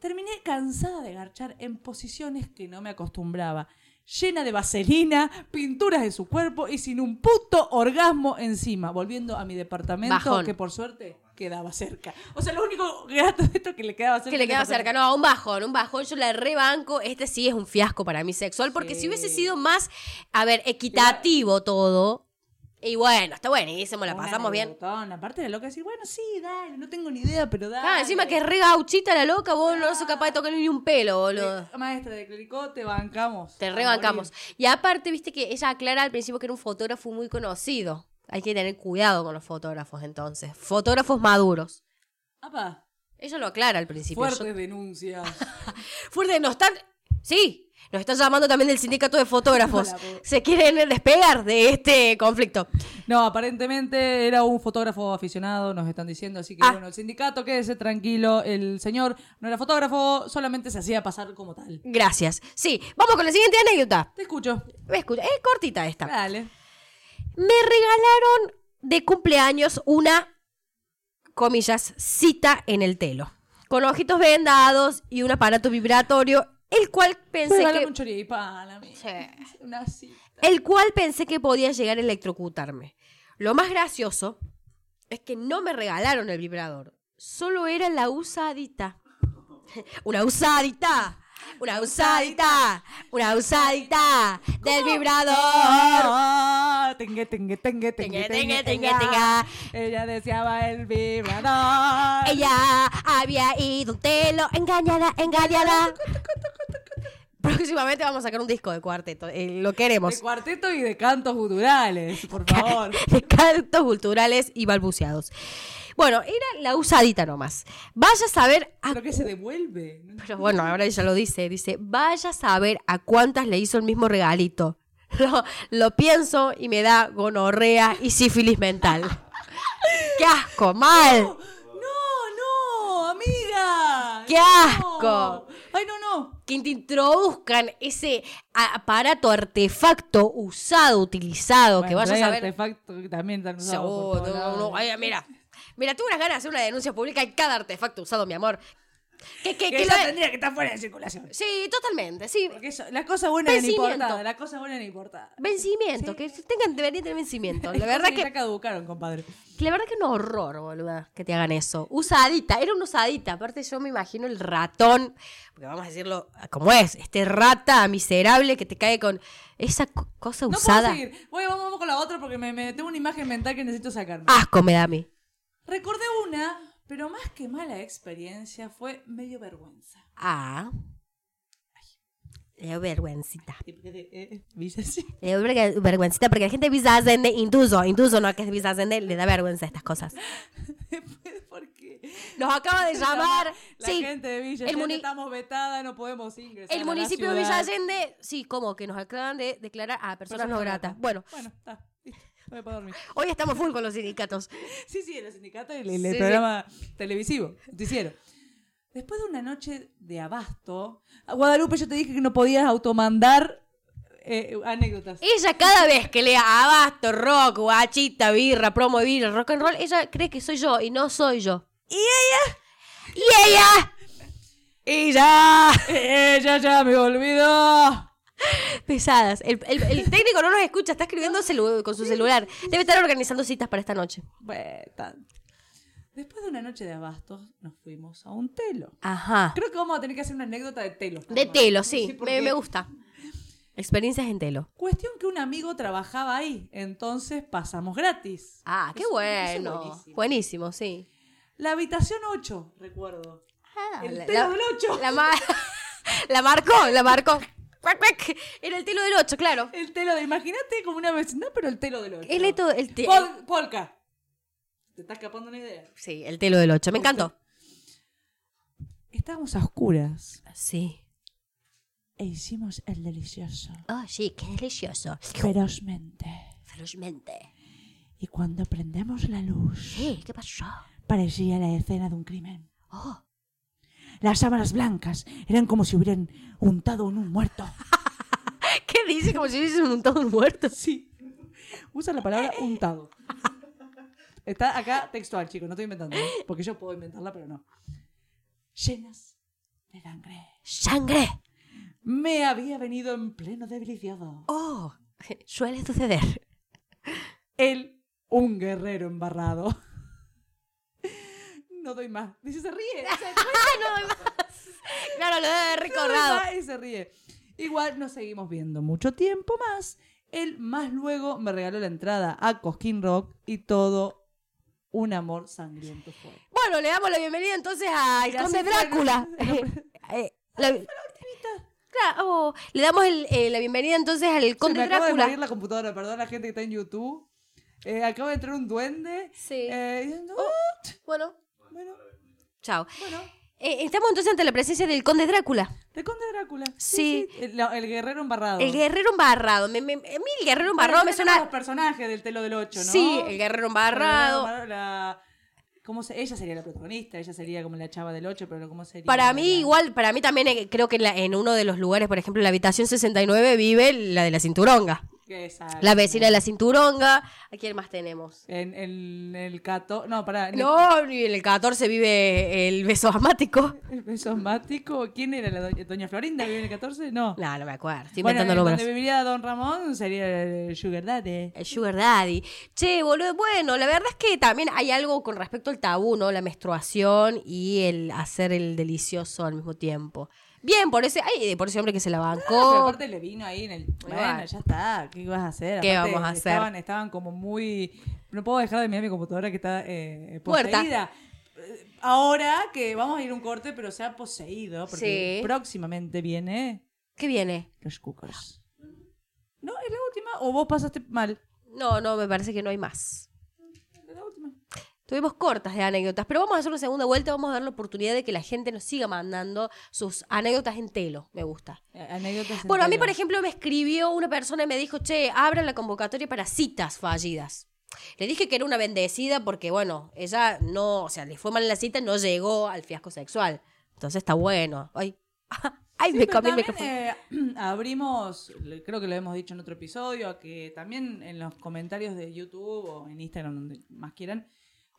Speaker 3: Terminé cansada de garchar en posiciones que no me acostumbraba, llena de vaselina, pinturas en su cuerpo y sin un puto orgasmo encima, volviendo a mi departamento
Speaker 4: Bajón.
Speaker 3: que por suerte quedaba cerca. O sea, lo único grato de esto es que le quedaba cerca.
Speaker 4: Que le quedaba
Speaker 3: era-
Speaker 4: cerca, no, un bajón, un bajón, yo la rebanco, este sí es un fiasco para mí sexual, porque
Speaker 3: Sí.
Speaker 4: si hubiese sido más, a ver, equitativo todo, y bueno, está buenísimo, la
Speaker 3: Una
Speaker 4: pasamos bien.
Speaker 3: anegrotona. Aparte de loca decir, bueno, sí, dale, no tengo ni idea, pero dale.
Speaker 4: Ah, encima que es re gauchita la loca, vos no sos capaz de tocar ni un pelo, boludo.
Speaker 3: Eh, Maestra de Clericó, te bancamos.
Speaker 4: Te
Speaker 3: A
Speaker 4: rebancamos.
Speaker 3: morir.
Speaker 4: Y aparte, viste que ella aclara al principio que era un fotógrafo muy conocido. Hay que tener cuidado con los fotógrafos entonces. Fotógrafos maduros.
Speaker 3: Apa,
Speaker 4: Ella lo aclara al principio.
Speaker 3: fuerte
Speaker 4: Yo-
Speaker 3: denuncia.
Speaker 4: fuerte, nos están... Sí, nos están llamando también del sindicato de fotógrafos.
Speaker 3: Hola, po-
Speaker 4: Se quieren despegar de este conflicto.
Speaker 3: No, aparentemente era un fotógrafo aficionado, nos están diciendo. Así que
Speaker 4: Ah.
Speaker 3: bueno, el sindicato, quédese tranquilo. El señor no era fotógrafo, solamente se hacía pasar como tal.
Speaker 4: Gracias. Sí, vamos con la siguiente anécdota.
Speaker 3: Te escucho.
Speaker 4: Escucha, es cortita esta.
Speaker 3: Dale.
Speaker 4: Me regalaron de cumpleaños una, comillas, cita en el telo. Con ojitos vendados y un aparato vibratorio, el cual pensé
Speaker 3: Regálame
Speaker 4: que...
Speaker 3: un choripán, amiga.
Speaker 4: Sí.
Speaker 3: Una cita.
Speaker 4: El cual pensé que podía llegar a electrocutarme. Lo más gracioso es que no me regalaron el vibrador. Solo era la usadita. Una usadita. Una usadita. Una usadita del vibrador.
Speaker 3: Tengue, tengue, tengue, tengue, tengue,
Speaker 4: Tengue,
Speaker 3: tengue,
Speaker 4: tengue, tengue,
Speaker 3: tenga. Ella deseaba el vibrador.
Speaker 4: Ella había ido a un telo, engañada, engañada. Próximamente vamos a sacar un disco de cuarteto, eh, lo
Speaker 3: De
Speaker 4: queremos.
Speaker 3: cuarteto y de cantos gudurales, por favor.
Speaker 4: De cantos culturales y balbuceados. Bueno, era la usadita nomás. Vaya a saber a
Speaker 3: Creo que se devuelve. ¿no?
Speaker 4: Pero bueno, ahora ella lo dice, dice, vaya a saber a cuántas le hizo el mismo regalito. Lo, lo pienso y me da gonorrea y sífilis mental. ¡Qué asco, mal!
Speaker 3: No, no, amiga.
Speaker 4: ¡Qué
Speaker 3: No.
Speaker 4: asco!
Speaker 3: Ay, no, no.
Speaker 4: Que te introduzcan ese a- aparato, artefacto usado, utilizado, que
Speaker 3: Bueno,
Speaker 4: vayas
Speaker 3: trae
Speaker 4: a ver...
Speaker 3: artefacto que también están usados
Speaker 4: Oh,
Speaker 3: por todos
Speaker 4: no,
Speaker 3: lados.
Speaker 4: no, ay, mira, mira, tuve unas ganas de hacer una denuncia pública en cada artefacto usado, mi amor. Que, que,
Speaker 3: Que
Speaker 4: que
Speaker 3: ya
Speaker 4: lo-
Speaker 3: tendría que estar fuera de circulación.
Speaker 4: Sí, totalmente, sí.
Speaker 3: Porque eso, la cosa buena es
Speaker 4: Vencimiento.
Speaker 3: importada. La cosa buena es importada.
Speaker 4: Vencimiento, que tengan, deberían tener vencimiento. La
Speaker 3: Las
Speaker 4: verdad
Speaker 3: cosas
Speaker 4: que
Speaker 3: Ya caducaron, compadre.
Speaker 4: Que La verdad que un horror, boluda, que te hagan eso. Usadita, era una usadita. Aparte yo me imagino el ratón, porque vamos a decirlo como es, este rata miserable que te cae con esa co- cosa
Speaker 3: No puedo
Speaker 4: usada.
Speaker 3: seguir. Voy, vamos, vamos con la otra porque me, me tengo una imagen mental que necesito sacarme.
Speaker 4: Asco me da a mí.
Speaker 3: Recordé una, pero más que mala experiencia fue medio vergüenza.
Speaker 4: Ah. Le doy vergüencita.
Speaker 3: ¿Viste así?
Speaker 4: Le doy verga- vergüencita porque la gente bizarrende, induso, induso, no que es bizarrende, le da vergüenza a estas cosas.
Speaker 3: Porque
Speaker 4: Nos acaba de llamar.
Speaker 3: la
Speaker 4: sí.
Speaker 3: gente de Villa
Speaker 4: el
Speaker 3: Allende
Speaker 4: muni-
Speaker 3: estamos vetada, no podemos ingresar.
Speaker 4: El municipio de Villa Allende, sí, como que nos acaban de declarar a personas no gratas. Bueno,
Speaker 3: Bueno, está. listo, Voy para dormir.
Speaker 4: hoy estamos full con los sindicatos.
Speaker 3: Sí, sí, el sindicato y el, el
Speaker 4: Sí, sí.
Speaker 3: programa televisivo. Noticiero. Después de una noche de abasto, a Guadalupe, yo te dije que no podías automandar eh, anécdotas.
Speaker 4: Ella cada vez que lea abasto, rock, guachita, birra, promo de birra, rock and roll, ella cree que soy yo y no soy yo. ¿Y ella? ¡Y ella! ¡Ella!
Speaker 3: Ella Eh, ya me olvidó.
Speaker 4: Pesadas. El, el- el técnico no nos escucha, está escribiendo celu- con su celular. Debe estar organizando citas para esta noche.
Speaker 3: Bueno, tan- Después de una noche de abastos, nos fuimos a un telo.
Speaker 4: Ajá.
Speaker 3: Creo que vamos a tener que hacer una anécdota de telo.
Speaker 4: De telo, sí.
Speaker 3: porque-
Speaker 4: Me, me gusta. Experiencias en telo.
Speaker 3: Cuestión que un amigo trabajaba ahí, entonces pasamos gratis.
Speaker 4: Ah, qué
Speaker 3: Eso- eso es
Speaker 4: bueno.
Speaker 3: buenísimo.
Speaker 4: Buenísimo, sí.
Speaker 3: La habitación 8, recuerdo. El
Speaker 4: Ah, la-
Speaker 3: telo
Speaker 4: la-
Speaker 3: del 8.
Speaker 4: La, ma- la marcó, la marcó. Cuac, cuac. Era el telo del 8, claro.
Speaker 3: El telo de, imagínate como una vecindad, pero el telo del 8.
Speaker 4: El telo- el te-
Speaker 3: Pol- polka. Te está escapando una idea.
Speaker 4: Sí, el telo del 8. Me encantó.
Speaker 3: Estábamos a oscuras
Speaker 4: Sí.
Speaker 3: e hicimos el delicioso.
Speaker 4: Oh, sí, qué delicioso.
Speaker 3: Ferozmente.
Speaker 4: Ferozmente.
Speaker 3: Y cuando prendemos la luz,
Speaker 4: Sí, ¿qué pasó?
Speaker 3: parecía la escena de un crimen.
Speaker 4: Oh,
Speaker 3: Las sábanas blancas eran como si hubieran untado en un muerto.
Speaker 4: ¿Qué dice? Como si hubiese untado un muerto.
Speaker 3: Sí. Usa la palabra untado. Está acá textual, chicos, no estoy inventando. ¿eh? Porque yo puedo inventarla, pero no. Llenas de sangre.
Speaker 4: ¡Sangre!
Speaker 3: Me había venido en pleno debilitado.
Speaker 4: Oh, suele suceder.
Speaker 3: Él, un guerrero embarrado. No doy más. Dice, se ríe. se ríe,
Speaker 4: Claro, lo debe haber
Speaker 3: no doy
Speaker 4: recordado.
Speaker 3: más, y se ríe. Igual nos seguimos viendo mucho tiempo más. Él más luego me regaló la entrada a Cosquín Rock y todo un amor sangriento fue.
Speaker 4: Bueno, le damos la bienvenida entonces a El
Speaker 3: Y así
Speaker 4: Conde
Speaker 3: fue,
Speaker 4: Drácula.
Speaker 3: ¿no?
Speaker 4: Eh, la- Claro, oh, le damos el- eh, la bienvenida entonces al
Speaker 3: Se me
Speaker 4: Conde
Speaker 3: acaba de
Speaker 4: Drácula.
Speaker 3: morir la computadora, perdón la gente que está en YouTube. Eh, acaba de entrar un duende.
Speaker 4: Sí. Oh.
Speaker 3: Eh, y dicen, "Ah,
Speaker 4: Bueno,
Speaker 3: bueno,
Speaker 4: chao.
Speaker 3: bueno.
Speaker 4: Eh, estamos entonces ante la presencia del conde Drácula.
Speaker 3: De Conde Drácula.
Speaker 4: Sí.
Speaker 3: El, la- el guerrero embarrado.
Speaker 4: El guerrero embarrado. Me, me- a mí el guerrero
Speaker 3: Bueno,
Speaker 4: embarrado me
Speaker 3: tenemos
Speaker 4: suena...
Speaker 3: los personajes del Telo del 8, ¿no?
Speaker 4: Sí, el guerrero embarrado.
Speaker 3: Barrado, la- ¿Cómo se- Ella sería la protagonista, ella sería como la chava del 8, pero ¿cómo sería?
Speaker 4: Para mí
Speaker 3: La-
Speaker 4: igual, para mí también eh, creo que en, la- en uno de los lugares, por ejemplo, en la habitación 69 vive la de la cinturonga.
Speaker 3: Exacto.
Speaker 4: La vecina de la cinturonga. ¿A quién más tenemos?
Speaker 3: En, en el cato... No, pará. en el-
Speaker 4: No, y en el 14 vive el beso asmático.
Speaker 3: ¿El beso mático? ¿Quién era la doña, doña Florinda? ¿Vive en el 14? No.
Speaker 4: No, no me acuerdo. Estoy
Speaker 3: bueno,
Speaker 4: inventando
Speaker 3: el-
Speaker 4: números.
Speaker 3: donde viviría Don Ramón sería el Sugar Daddy.
Speaker 4: El Sugar Daddy. Che, boludo, bueno, la verdad es que también hay algo con respecto al tabú, ¿no? La menstruación y el hacer el delicioso al mismo tiempo. Bien, por ese, ay, por ese hombre que se la
Speaker 3: Pero
Speaker 4: bancó.
Speaker 3: aparte le vino ahí en el. Bueno,
Speaker 4: bueno.
Speaker 3: ya está. ¿Qué vas a hacer?
Speaker 4: ¿Qué
Speaker 3: Aparte,
Speaker 4: vamos a hacer?
Speaker 3: Estaban, estaban como muy. No puedo dejar de mirar mi computadora que está eh,
Speaker 4: Muerta.
Speaker 3: poseída. Eh, Ahora que vamos a ir a un corte, pero se ha poseído. Porque
Speaker 4: Sí.
Speaker 3: próximamente viene.
Speaker 4: ¿Qué viene?
Speaker 3: Los Cookers. ¿No? ¿Es la última? ¿O vos pasaste mal?
Speaker 4: No, no, me parece que no hay más.
Speaker 3: ¿Es la última?
Speaker 4: Tuvimos cortas de anécdotas, pero vamos a hacer una segunda vuelta, vamos a dar la oportunidad de que la gente nos siga mandando sus anécdotas en telo, me gusta.
Speaker 3: Eh, Anécdotas. en
Speaker 4: Bueno, a mí,
Speaker 3: tela.
Speaker 4: por ejemplo, me escribió una persona y me dijo, che, abran la convocatoria para citas fallidas. Le dije que era una bendecida porque, bueno, ella no, o sea, le fue mal en la cita, no llegó al fiasco sexual. Entonces está bueno. Ay, ay
Speaker 3: Sí,
Speaker 4: me
Speaker 3: pero
Speaker 4: comí el
Speaker 3: también,
Speaker 4: micrófono.
Speaker 3: eh, abrimos, le- creo que lo hemos dicho en otro episodio, a que también en los comentarios de YouTube o en Instagram, donde más quieran,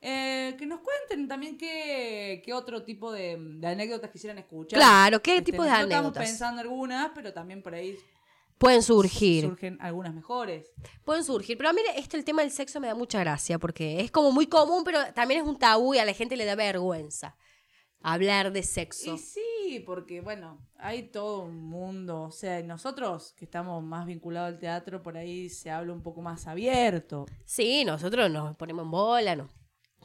Speaker 3: eh, que nos cuenten también qué, qué otro tipo de, de anécdotas quisieran escuchar.
Speaker 4: Claro, ¿qué
Speaker 3: Este,
Speaker 4: tipo de
Speaker 3: nosotros
Speaker 4: anécdotas?
Speaker 3: Estamos pensando algunas, pero también por ahí
Speaker 4: Pueden surgir.
Speaker 3: surgen algunas mejores.
Speaker 4: Pueden surgir, pero a mí esto, el tema del sexo me da mucha gracia, porque es como muy común, pero también es un tabú y a la gente le da vergüenza hablar de sexo.
Speaker 3: Y sí, porque bueno, hay todo un mundo. O sea, nosotros que estamos más vinculados al teatro, por ahí se habla un poco más abierto.
Speaker 4: Sí, nosotros nos ponemos en bola, no,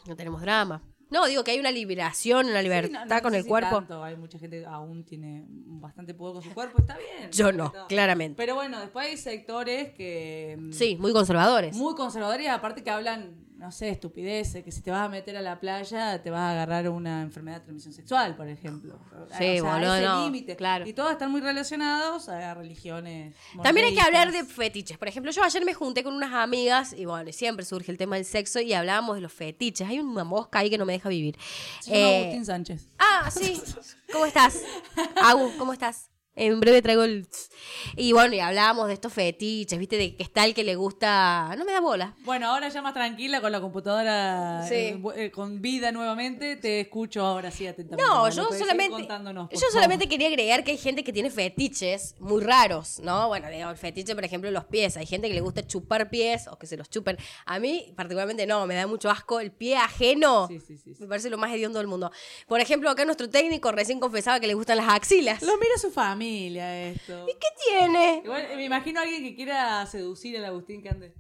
Speaker 4: no tenemos drama. No, digo que hay una liberación, una libertad
Speaker 3: Sí, no- no
Speaker 4: con
Speaker 3: sé
Speaker 4: el
Speaker 3: si
Speaker 4: cuerpo.
Speaker 3: tanto. Hay mucha gente que aún tiene bastante poder con su cuerpo, está bien.
Speaker 4: Yo no,
Speaker 3: Está-
Speaker 4: claramente.
Speaker 3: Pero bueno, después hay sectores que. mm,
Speaker 4: Sí, muy conservadores.
Speaker 3: Muy conservadores, aparte que hablan, no sé, estupideces, que si te vas a meter a la playa te vas a agarrar una enfermedad de transmisión sexual, por ejemplo.
Speaker 4: Sí, boludo, no, claro.
Speaker 3: Y todos están muy relacionados a religiones.
Speaker 4: También hay que
Speaker 3: monoteístas.
Speaker 4: hablar de fetiches. Por ejemplo, yo ayer me junté con unas amigas y bueno, siempre surge el tema del sexo y hablábamos de los fetiches. Hay una mosca ahí que no me deja vivir.
Speaker 3: Se llama
Speaker 4: Eh,
Speaker 3: Agustín Sánchez.
Speaker 4: Ah, sí. ¿Cómo estás? Agus, ¿cómo estás? En breve traigo el... Y bueno, y hablábamos de estos fetiches, ¿viste? De que está el que le gusta... No me da bola.
Speaker 3: Bueno, ahora ya más tranquila con la computadora
Speaker 4: Sí.
Speaker 3: eh, bu- eh, con vida nuevamente, te escucho ahora sí atentamente.
Speaker 4: No,
Speaker 3: Bueno,
Speaker 4: yo
Speaker 3: puedes ir
Speaker 4: solamente...
Speaker 3: contándonos, por
Speaker 4: Yo
Speaker 3: favor.
Speaker 4: solamente quería agregar que hay gente que tiene fetiches muy raros, ¿no? Bueno, digo, el fetiche, por ejemplo, los pies. Hay gente que le gusta chupar pies o que se los chupen. A mí, particularmente, no, me da mucho asco el pie ajeno.
Speaker 3: Sí, sí, sí, sí.
Speaker 4: Me parece lo más hediondo del mundo. Por ejemplo, acá nuestro técnico recién confesaba que le gustan las axilas.
Speaker 3: Lo mira su familia esto.
Speaker 4: ¿Qué tiene?
Speaker 3: Igual eh, me imagino a alguien que quiera seducir al Agustín que ande.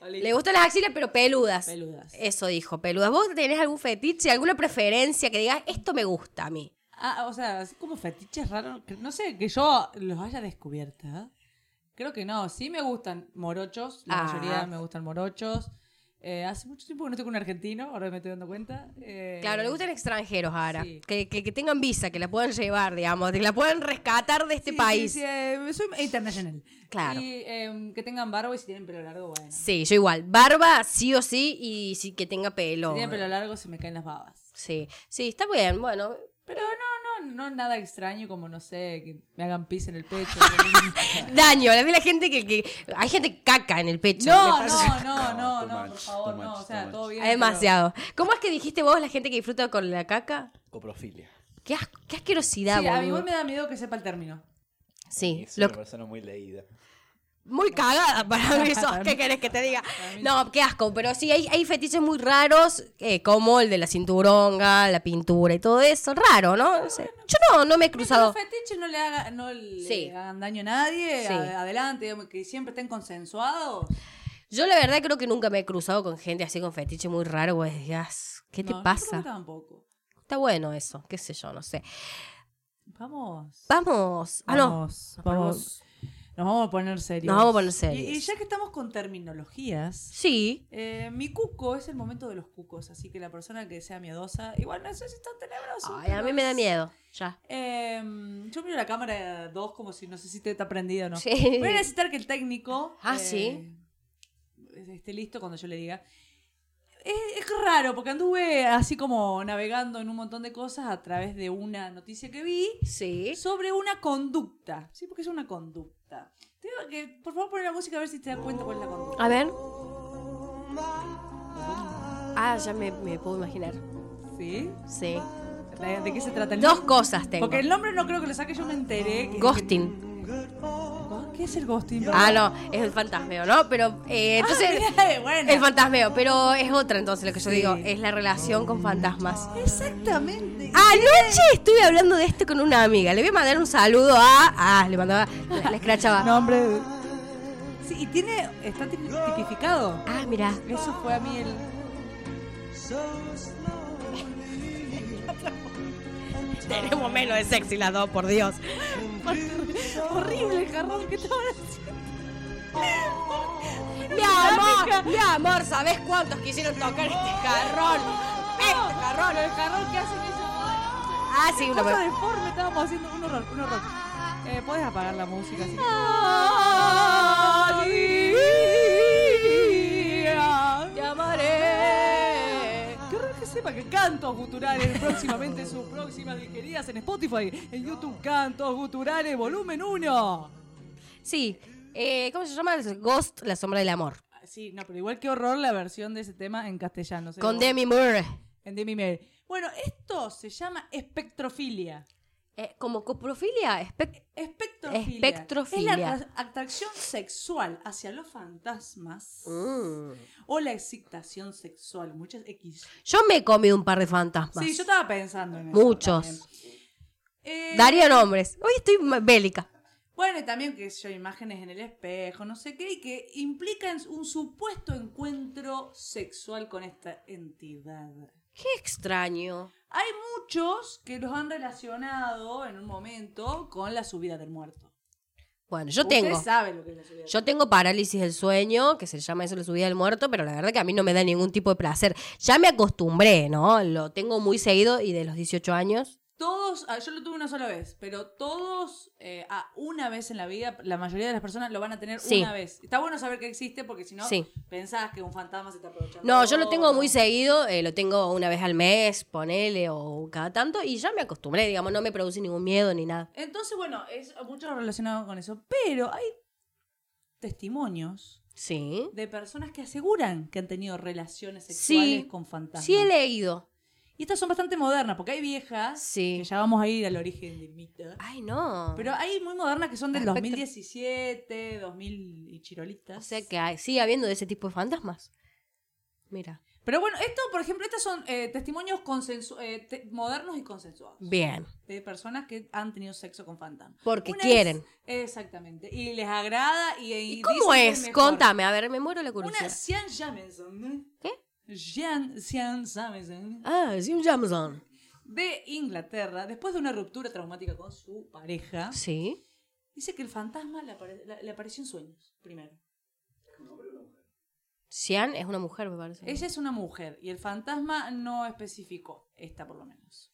Speaker 3: Oli.
Speaker 4: Le eh, gustan las axilas, pero peludas.
Speaker 3: Peludas.
Speaker 4: Eso dijo, peludas. ¿Vos tenés algún fetiche, alguna preferencia que digas, esto me gusta a mí?
Speaker 3: Ah, o sea, así como fetiches raros. que- No sé, que yo los haya descubierto. ¿eh? Creo que no. Sí me gustan morochos. La
Speaker 4: Ah.
Speaker 3: mayoría me gustan morochos. Eh, hace mucho tiempo que no estoy con un argentino, ahora me estoy dando cuenta. Eh,
Speaker 4: Claro, le gustan extranjeros ahora.
Speaker 3: sí.
Speaker 4: Que, que- que tengan visa, que la puedan llevar, digamos, que la puedan rescatar de este
Speaker 3: sí,
Speaker 4: país.
Speaker 3: sí,
Speaker 4: Sí,
Speaker 3: sí, eh, soy internacional.
Speaker 4: Claro.
Speaker 3: Y eh, que tengan barba y si tienen pelo largo, bueno. Si
Speaker 4: yo igual. Barba, sí o sí, y sí que tenga pelo.
Speaker 3: tienen pelo largo se me caen las babas.
Speaker 4: Sí, sí, está bien, bueno.
Speaker 3: Pero no, no, no nada extraño como, no sé, que me hagan pis en el pecho.
Speaker 4: Daño, a mí la gente que, que- Hay gente que caca en el pecho.
Speaker 3: no,
Speaker 4: me
Speaker 3: no,
Speaker 4: parece.
Speaker 3: no, no, no,
Speaker 5: No, too much,
Speaker 3: por favor,
Speaker 5: too
Speaker 3: no.
Speaker 5: much,
Speaker 3: O sea,
Speaker 5: too
Speaker 3: todo
Speaker 5: much.
Speaker 3: bien.
Speaker 4: Hay demasiado. ¿Cómo es que dijiste vos la gente que disfruta con la caca?
Speaker 5: Coprofilia.
Speaker 4: Qué, as- qué
Speaker 3: pero-
Speaker 4: asquerosidad,
Speaker 3: Sí, a mí
Speaker 4: boludo.
Speaker 3: igual me da miedo que sepa el término.
Speaker 4: Sí,
Speaker 5: Es
Speaker 4: lo,
Speaker 5: una persona muy leída.
Speaker 4: Muy cagada para mí sos. ¿Qué querés que te diga? No, qué asco. Pero sí, hay, hay fetiches muy raros, eh, como el de la cinturonga, la pintura y todo eso. Raro, ¿no? No sé. Yo no, no me he
Speaker 3: Los
Speaker 4: cruzado.
Speaker 3: fetiches no le, haga, no le
Speaker 4: Sí.
Speaker 3: hagan daño a nadie.
Speaker 4: Sí.
Speaker 3: a- adelante, digamos, que siempre estén consensuados.
Speaker 4: Yo la verdad creo que nunca me he cruzado con gente así con fetiche muy raro. Pues, digas, ¿qué te
Speaker 3: No, yo creo
Speaker 4: pasa?
Speaker 3: que tampoco.
Speaker 4: Está bueno eso, qué sé yo, no sé.
Speaker 3: Vamos.
Speaker 4: Vamos. Ah, no.
Speaker 3: Vamos. Vamos. Nos vamos a poner serios.
Speaker 4: Nos vamos a
Speaker 3: Y-
Speaker 4: poner
Speaker 3: Y,
Speaker 4: serios.
Speaker 3: ya que estamos con terminologías,
Speaker 4: Sí.
Speaker 3: eh, mi cuco es el momento de los cucos, así que la persona que sea miedosa, igual no sé si es tan tenebroso.
Speaker 4: Ay, a
Speaker 3: pero
Speaker 4: mí me da
Speaker 3: es-
Speaker 4: miedo. Ya.
Speaker 3: Em, yo miro la cámara 2 como si no sé si te está prendida o no.
Speaker 4: Sí.
Speaker 3: Voy a necesitar que el técnico eh,
Speaker 4: Ah, sí.
Speaker 3: esté listo cuando yo le diga. Es, es raro, porque anduve así como navegando en un montón de cosas a través de una noticia que vi
Speaker 4: Sí.
Speaker 3: sobre una conducta. Sí, porque es una conducta. Te digo que, por favor, pon la música a ver si te das cuenta cuál es la conducta.
Speaker 4: A ver. Ah, ya me, me puedo imaginar.
Speaker 3: ¿Sí?
Speaker 4: Sí.
Speaker 3: ¿De de qué se trata el
Speaker 4: Dos
Speaker 3: nombre?
Speaker 4: cosas tengo.
Speaker 3: Porque el nombre no creo que lo saque, yo me enteré. que-
Speaker 4: Ghosting.
Speaker 3: ¿Qué es el ghosting?
Speaker 4: Ah, no, es el fantasmeo, ¿no? Pero eh, entonces...
Speaker 3: Mirá, bueno.
Speaker 4: El fantasmeo, pero es otra entonces lo que yo
Speaker 3: Sí.
Speaker 4: digo, es la relación con fantasmas.
Speaker 3: Exactamente.
Speaker 4: Anoche estuve hablando de esto con una amiga. Le voy a mandar un saludo a. Ah, le mandaba. La, la escrachaba.
Speaker 3: Nombre. Sí, y tiene. Está tipi- tipificado.
Speaker 4: Ah, mira.
Speaker 3: Eso fue a mí el.
Speaker 4: Tenemos menos de sexy las dos, por Dios.
Speaker 3: Horrible el jarrón que estaban haciendo.
Speaker 4: Mi amor, mi amor, ¿sabes cuántos quisieron tocar este jarrón? Este jarrón.
Speaker 3: El jarrón que hacen ellos.
Speaker 4: Ah, sí, una
Speaker 3: Cosa
Speaker 4: vez.
Speaker 3: deforme estábamos haciendo. Un horror, un horror. Eh, Puedes apagar la música. así.
Speaker 4: Ah. Te amaré.
Speaker 3: Qué horror que sepa que cantos guturales próximamente sus próximas digeridas en Spotify, en YouTube Cantos Guturales Volumen 1.
Speaker 4: Sí. eh, ¿Cómo se llama? Ghost, la sombra del amor.
Speaker 3: Sí, no, pero igual que horror la versión de ese tema en castellano. se
Speaker 4: Con
Speaker 3: lo-
Speaker 4: Demi Moore.
Speaker 3: En Demi Moore. Bueno, esto se llama espectrofilia.
Speaker 4: Eh, como coprofilia, espect-
Speaker 3: Espectrofilia.
Speaker 4: Espectrofilia.
Speaker 3: Es la atra- atracción sexual hacia los fantasmas
Speaker 4: Mm.
Speaker 3: o la excitación sexual. Muchas X.
Speaker 4: Yo me he comido un par de fantasmas.
Speaker 3: Sí, yo estaba pensando en eso.
Speaker 4: Muchos.
Speaker 3: también. Eh,
Speaker 4: Daría nombres. Hoy estoy ma- bélica.
Speaker 3: Bueno, y también que yo imágenes en el espejo, no sé qué, y que implican un supuesto encuentro sexual con esta entidad.
Speaker 4: Qué extraño.
Speaker 3: Hay muchos que los han relacionado en un momento con la subida del muerto.
Speaker 4: Bueno, yo tengo.
Speaker 3: Usted sabe lo que es la subida del
Speaker 4: Yo tengo parálisis del sueño, que se llama eso la subida del muerto, pero la verdad que a mí no me da ningún tipo de placer. Ya me acostumbré, ¿no? Lo tengo muy seguido y de los 18 años.
Speaker 3: Todos, ah, yo lo tuve una sola vez, pero todos eh, a una vez en la vida, la mayoría de las personas lo van a tener
Speaker 4: Sí.
Speaker 3: una vez. Está bueno saber que existe porque si no,
Speaker 4: Sí.
Speaker 3: pensás que un fantasma se está aprovechando.
Speaker 4: No, yo lo tengo muy
Speaker 3: ¿no?
Speaker 4: seguido, eh, lo tengo una vez al mes, ponele, o cada tanto, y ya me acostumbré, digamos, no me produce ningún miedo ni nada.
Speaker 3: Entonces, bueno, es mucho relacionado con eso, pero hay testimonios
Speaker 4: Sí.
Speaker 3: de personas que aseguran que han tenido relaciones sexuales
Speaker 4: Sí.
Speaker 3: con fantasmas.
Speaker 4: Sí he leído.
Speaker 3: Y estas son bastante modernas, porque hay viejas
Speaker 4: Sí. Ah.
Speaker 3: que ya vamos a ir al origen del mito.
Speaker 4: Ay, no.
Speaker 3: Pero hay muy modernas que son del
Speaker 4: Respecto-
Speaker 3: 2017, 2000 y chirolitas.
Speaker 4: O sea que hay- sigue habiendo de ese tipo de fantasmas. Mira.
Speaker 3: Pero bueno, esto, por ejemplo, estos son eh, testimonios consensu- eh, te- modernos y consensuados
Speaker 4: Bien.
Speaker 3: de personas que han tenido sexo con fantasmas.
Speaker 4: Porque
Speaker 3: Una
Speaker 4: quieren.
Speaker 3: es- exactamente. Y les agrada y, y
Speaker 4: ¿Y cómo
Speaker 3: dicen que
Speaker 4: es?
Speaker 3: mejor.
Speaker 4: Contame, a ver, me muero la curiosidad.
Speaker 3: Una Sian Jamison.
Speaker 4: ¿Qué?
Speaker 3: Jean Sian Jamison.
Speaker 4: Ah, es un Jameson.
Speaker 3: de Inglaterra, después de una ruptura traumática con su pareja,
Speaker 4: Sí.
Speaker 3: dice que el fantasma le, apare- la- le apareció en sueños, primero.
Speaker 4: Sian es una mujer, me parece.
Speaker 3: Ella es una mujer y el fantasma no especificó, esta por lo menos.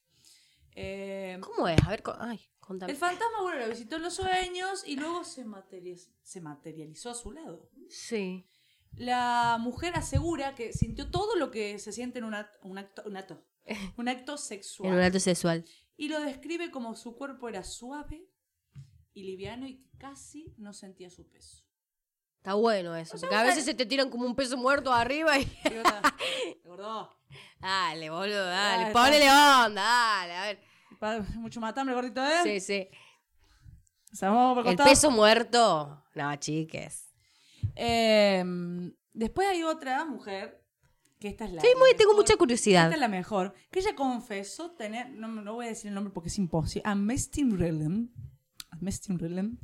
Speaker 3: Eh,
Speaker 4: ¿Cómo es? A ver, co- ay, contame.
Speaker 3: el fantasma, bueno, la visitó en los sueños y luego se, materializ- se materializó a su lado.
Speaker 4: Sí.
Speaker 3: La mujer asegura que sintió todo lo que se siente en un, act- un acto, un acto, un acto sexual.
Speaker 4: En un acto sexual.
Speaker 3: Y lo describe como su cuerpo era suave y liviano y que casi no sentía su peso.
Speaker 4: Está bueno eso. Porque a veces se te tiran como un peso muerto arriba y.
Speaker 3: ¿Qué onda? Gordo.
Speaker 4: Dale, boludo,
Speaker 3: Ah,
Speaker 4: dale.
Speaker 3: está.
Speaker 4: Ponele onda, dale, a ver.
Speaker 3: Pa- Mucho más hambre, gordito, ¿eh?
Speaker 4: Sí, sí.
Speaker 3: O sea, vamos por
Speaker 4: El
Speaker 3: costado.
Speaker 4: peso muerto. No, chiques.
Speaker 3: Eh, después hay otra mujer, que esta es la.
Speaker 4: Sí, muy,
Speaker 3: la
Speaker 4: tengo
Speaker 3: mejor.
Speaker 4: mucha curiosidad.
Speaker 3: Esta es la mejor. Que ella confesó tener. No, no voy a decir el nombre porque es imposible. Amestin Relem. Amestin Relem.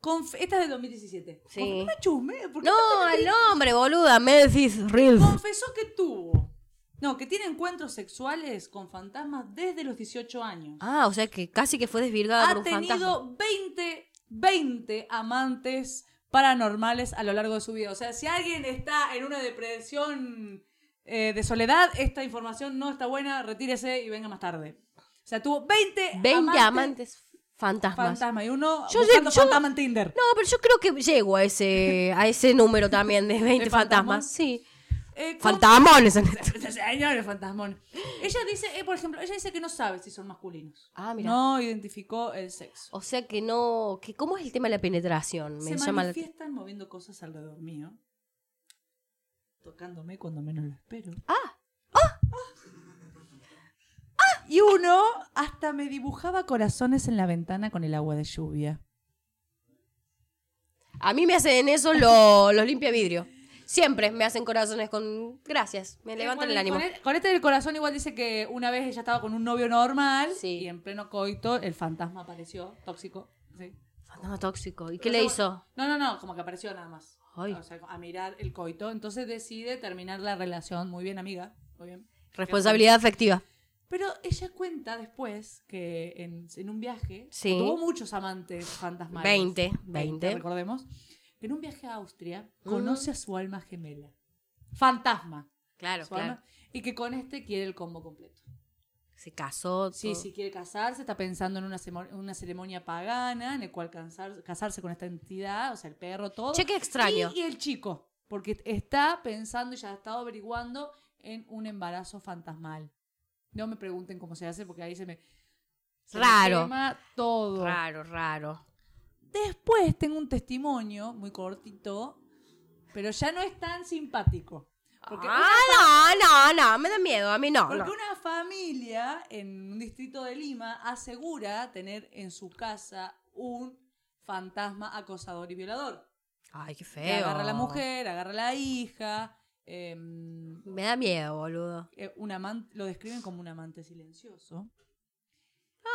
Speaker 3: Conf- esta es del 2017.
Speaker 4: Sí.
Speaker 3: Conf- Una chusme. ¿por qué
Speaker 4: No,
Speaker 3: tanta
Speaker 4: al
Speaker 3: mentira?
Speaker 4: hombre, boluda. Memphis Reef.
Speaker 3: Confesó que tuvo. No, que tiene encuentros sexuales con fantasmas desde los 18 años.
Speaker 4: Ah, o sea que casi que fue desvirgada por
Speaker 3: ha
Speaker 4: un fantasma.
Speaker 3: tenido 20 20 amantes paranormales a lo largo de su vida. O sea, si alguien está en una depresión eh, de soledad, esta información no está buena, retírese y venga más tarde. O sea, tuvo 20,
Speaker 4: 20 amantes fantasmas.
Speaker 3: fantasma y uno
Speaker 4: Yo-
Speaker 3: buscando
Speaker 4: yo-
Speaker 3: fantasma en Tinder.
Speaker 4: No, pero yo creo que llego a ese, a ese número también de 20
Speaker 3: ¿De fantasmas?
Speaker 4: fantasmas. Sí.
Speaker 3: Eh, ¿cómo-
Speaker 4: Fantasmones en este esto.
Speaker 3: Señores, fantasmón. Ella dice, eh, por ejemplo, ella dice que no sabe si son masculinos.
Speaker 4: Ah, mira.
Speaker 3: No identificó el sexo.
Speaker 4: O sea que no. Que ¿Cómo es el tema de la penetración? Me
Speaker 3: Se
Speaker 4: llama la-
Speaker 3: manifiestan moviendo cosas alrededor mío, tocándome cuando menos lo espero.
Speaker 4: Ah,
Speaker 3: Ah. Y uno hasta me dibujaba corazones en la ventana con el agua de lluvia.
Speaker 4: a mí me hacen eso lo- los limpia vidrio. Siempre me hacen corazones con. Gracias. Me levantan el
Speaker 3: Igual,
Speaker 4: ánimo.
Speaker 3: Con, e- con este del corazón igual dice que una vez ella estaba con un novio normal
Speaker 4: Sí.
Speaker 3: y en pleno coito el fantasma apareció, tóxico. sí.
Speaker 4: Fantasma tóxico. ¿Y qué le hizo?
Speaker 3: No, no, no, como que apareció nada más.
Speaker 4: Ay.
Speaker 3: O sea, a mirar el coito. Entonces decide terminar la relación. Muy bien, amiga. Muy bien.
Speaker 4: Responsabilidad afectiva.
Speaker 3: Pero ella cuenta después que en, en un viaje
Speaker 4: Sí.
Speaker 3: tuvo muchos amantes fantasmales.
Speaker 4: 20, 20.
Speaker 3: Recordemos. que En un viaje a Austria
Speaker 4: Mm.
Speaker 3: conoce a su alma gemela. Fantasma.
Speaker 4: Claro,
Speaker 3: su alma, y que con este quiere el combo completo.
Speaker 4: Se casó.
Speaker 3: Sí,
Speaker 4: todo.
Speaker 3: sí, quiere casarse, está pensando en una, cemo- una ceremonia pagana en el cual cansar- casarse con esta entidad, o sea, el perro, todo.
Speaker 4: Che, qué extraño.
Speaker 3: Oh, Y, y el chico, porque está pensando y ya ha estado averiguando en un embarazo fantasmal. No me pregunten cómo se hace porque ahí se me... se me
Speaker 4: Raro.
Speaker 3: quema todo.
Speaker 4: Raro, raro.
Speaker 3: Después tengo un testimonio muy cortito, pero ya no es tan simpático. Porque una
Speaker 4: ah, no, no, no. Me da miedo. A mí no.
Speaker 3: porque
Speaker 4: no.
Speaker 3: una familia en un distrito de Lima asegura tener en su casa un fantasma acosador y violador.
Speaker 4: Ay, qué feo.
Speaker 3: Que agarra a la mujer, agarra a la hija. em,
Speaker 4: Me da miedo, boludo.
Speaker 3: eh, un amante, lo describen como un amante silencioso.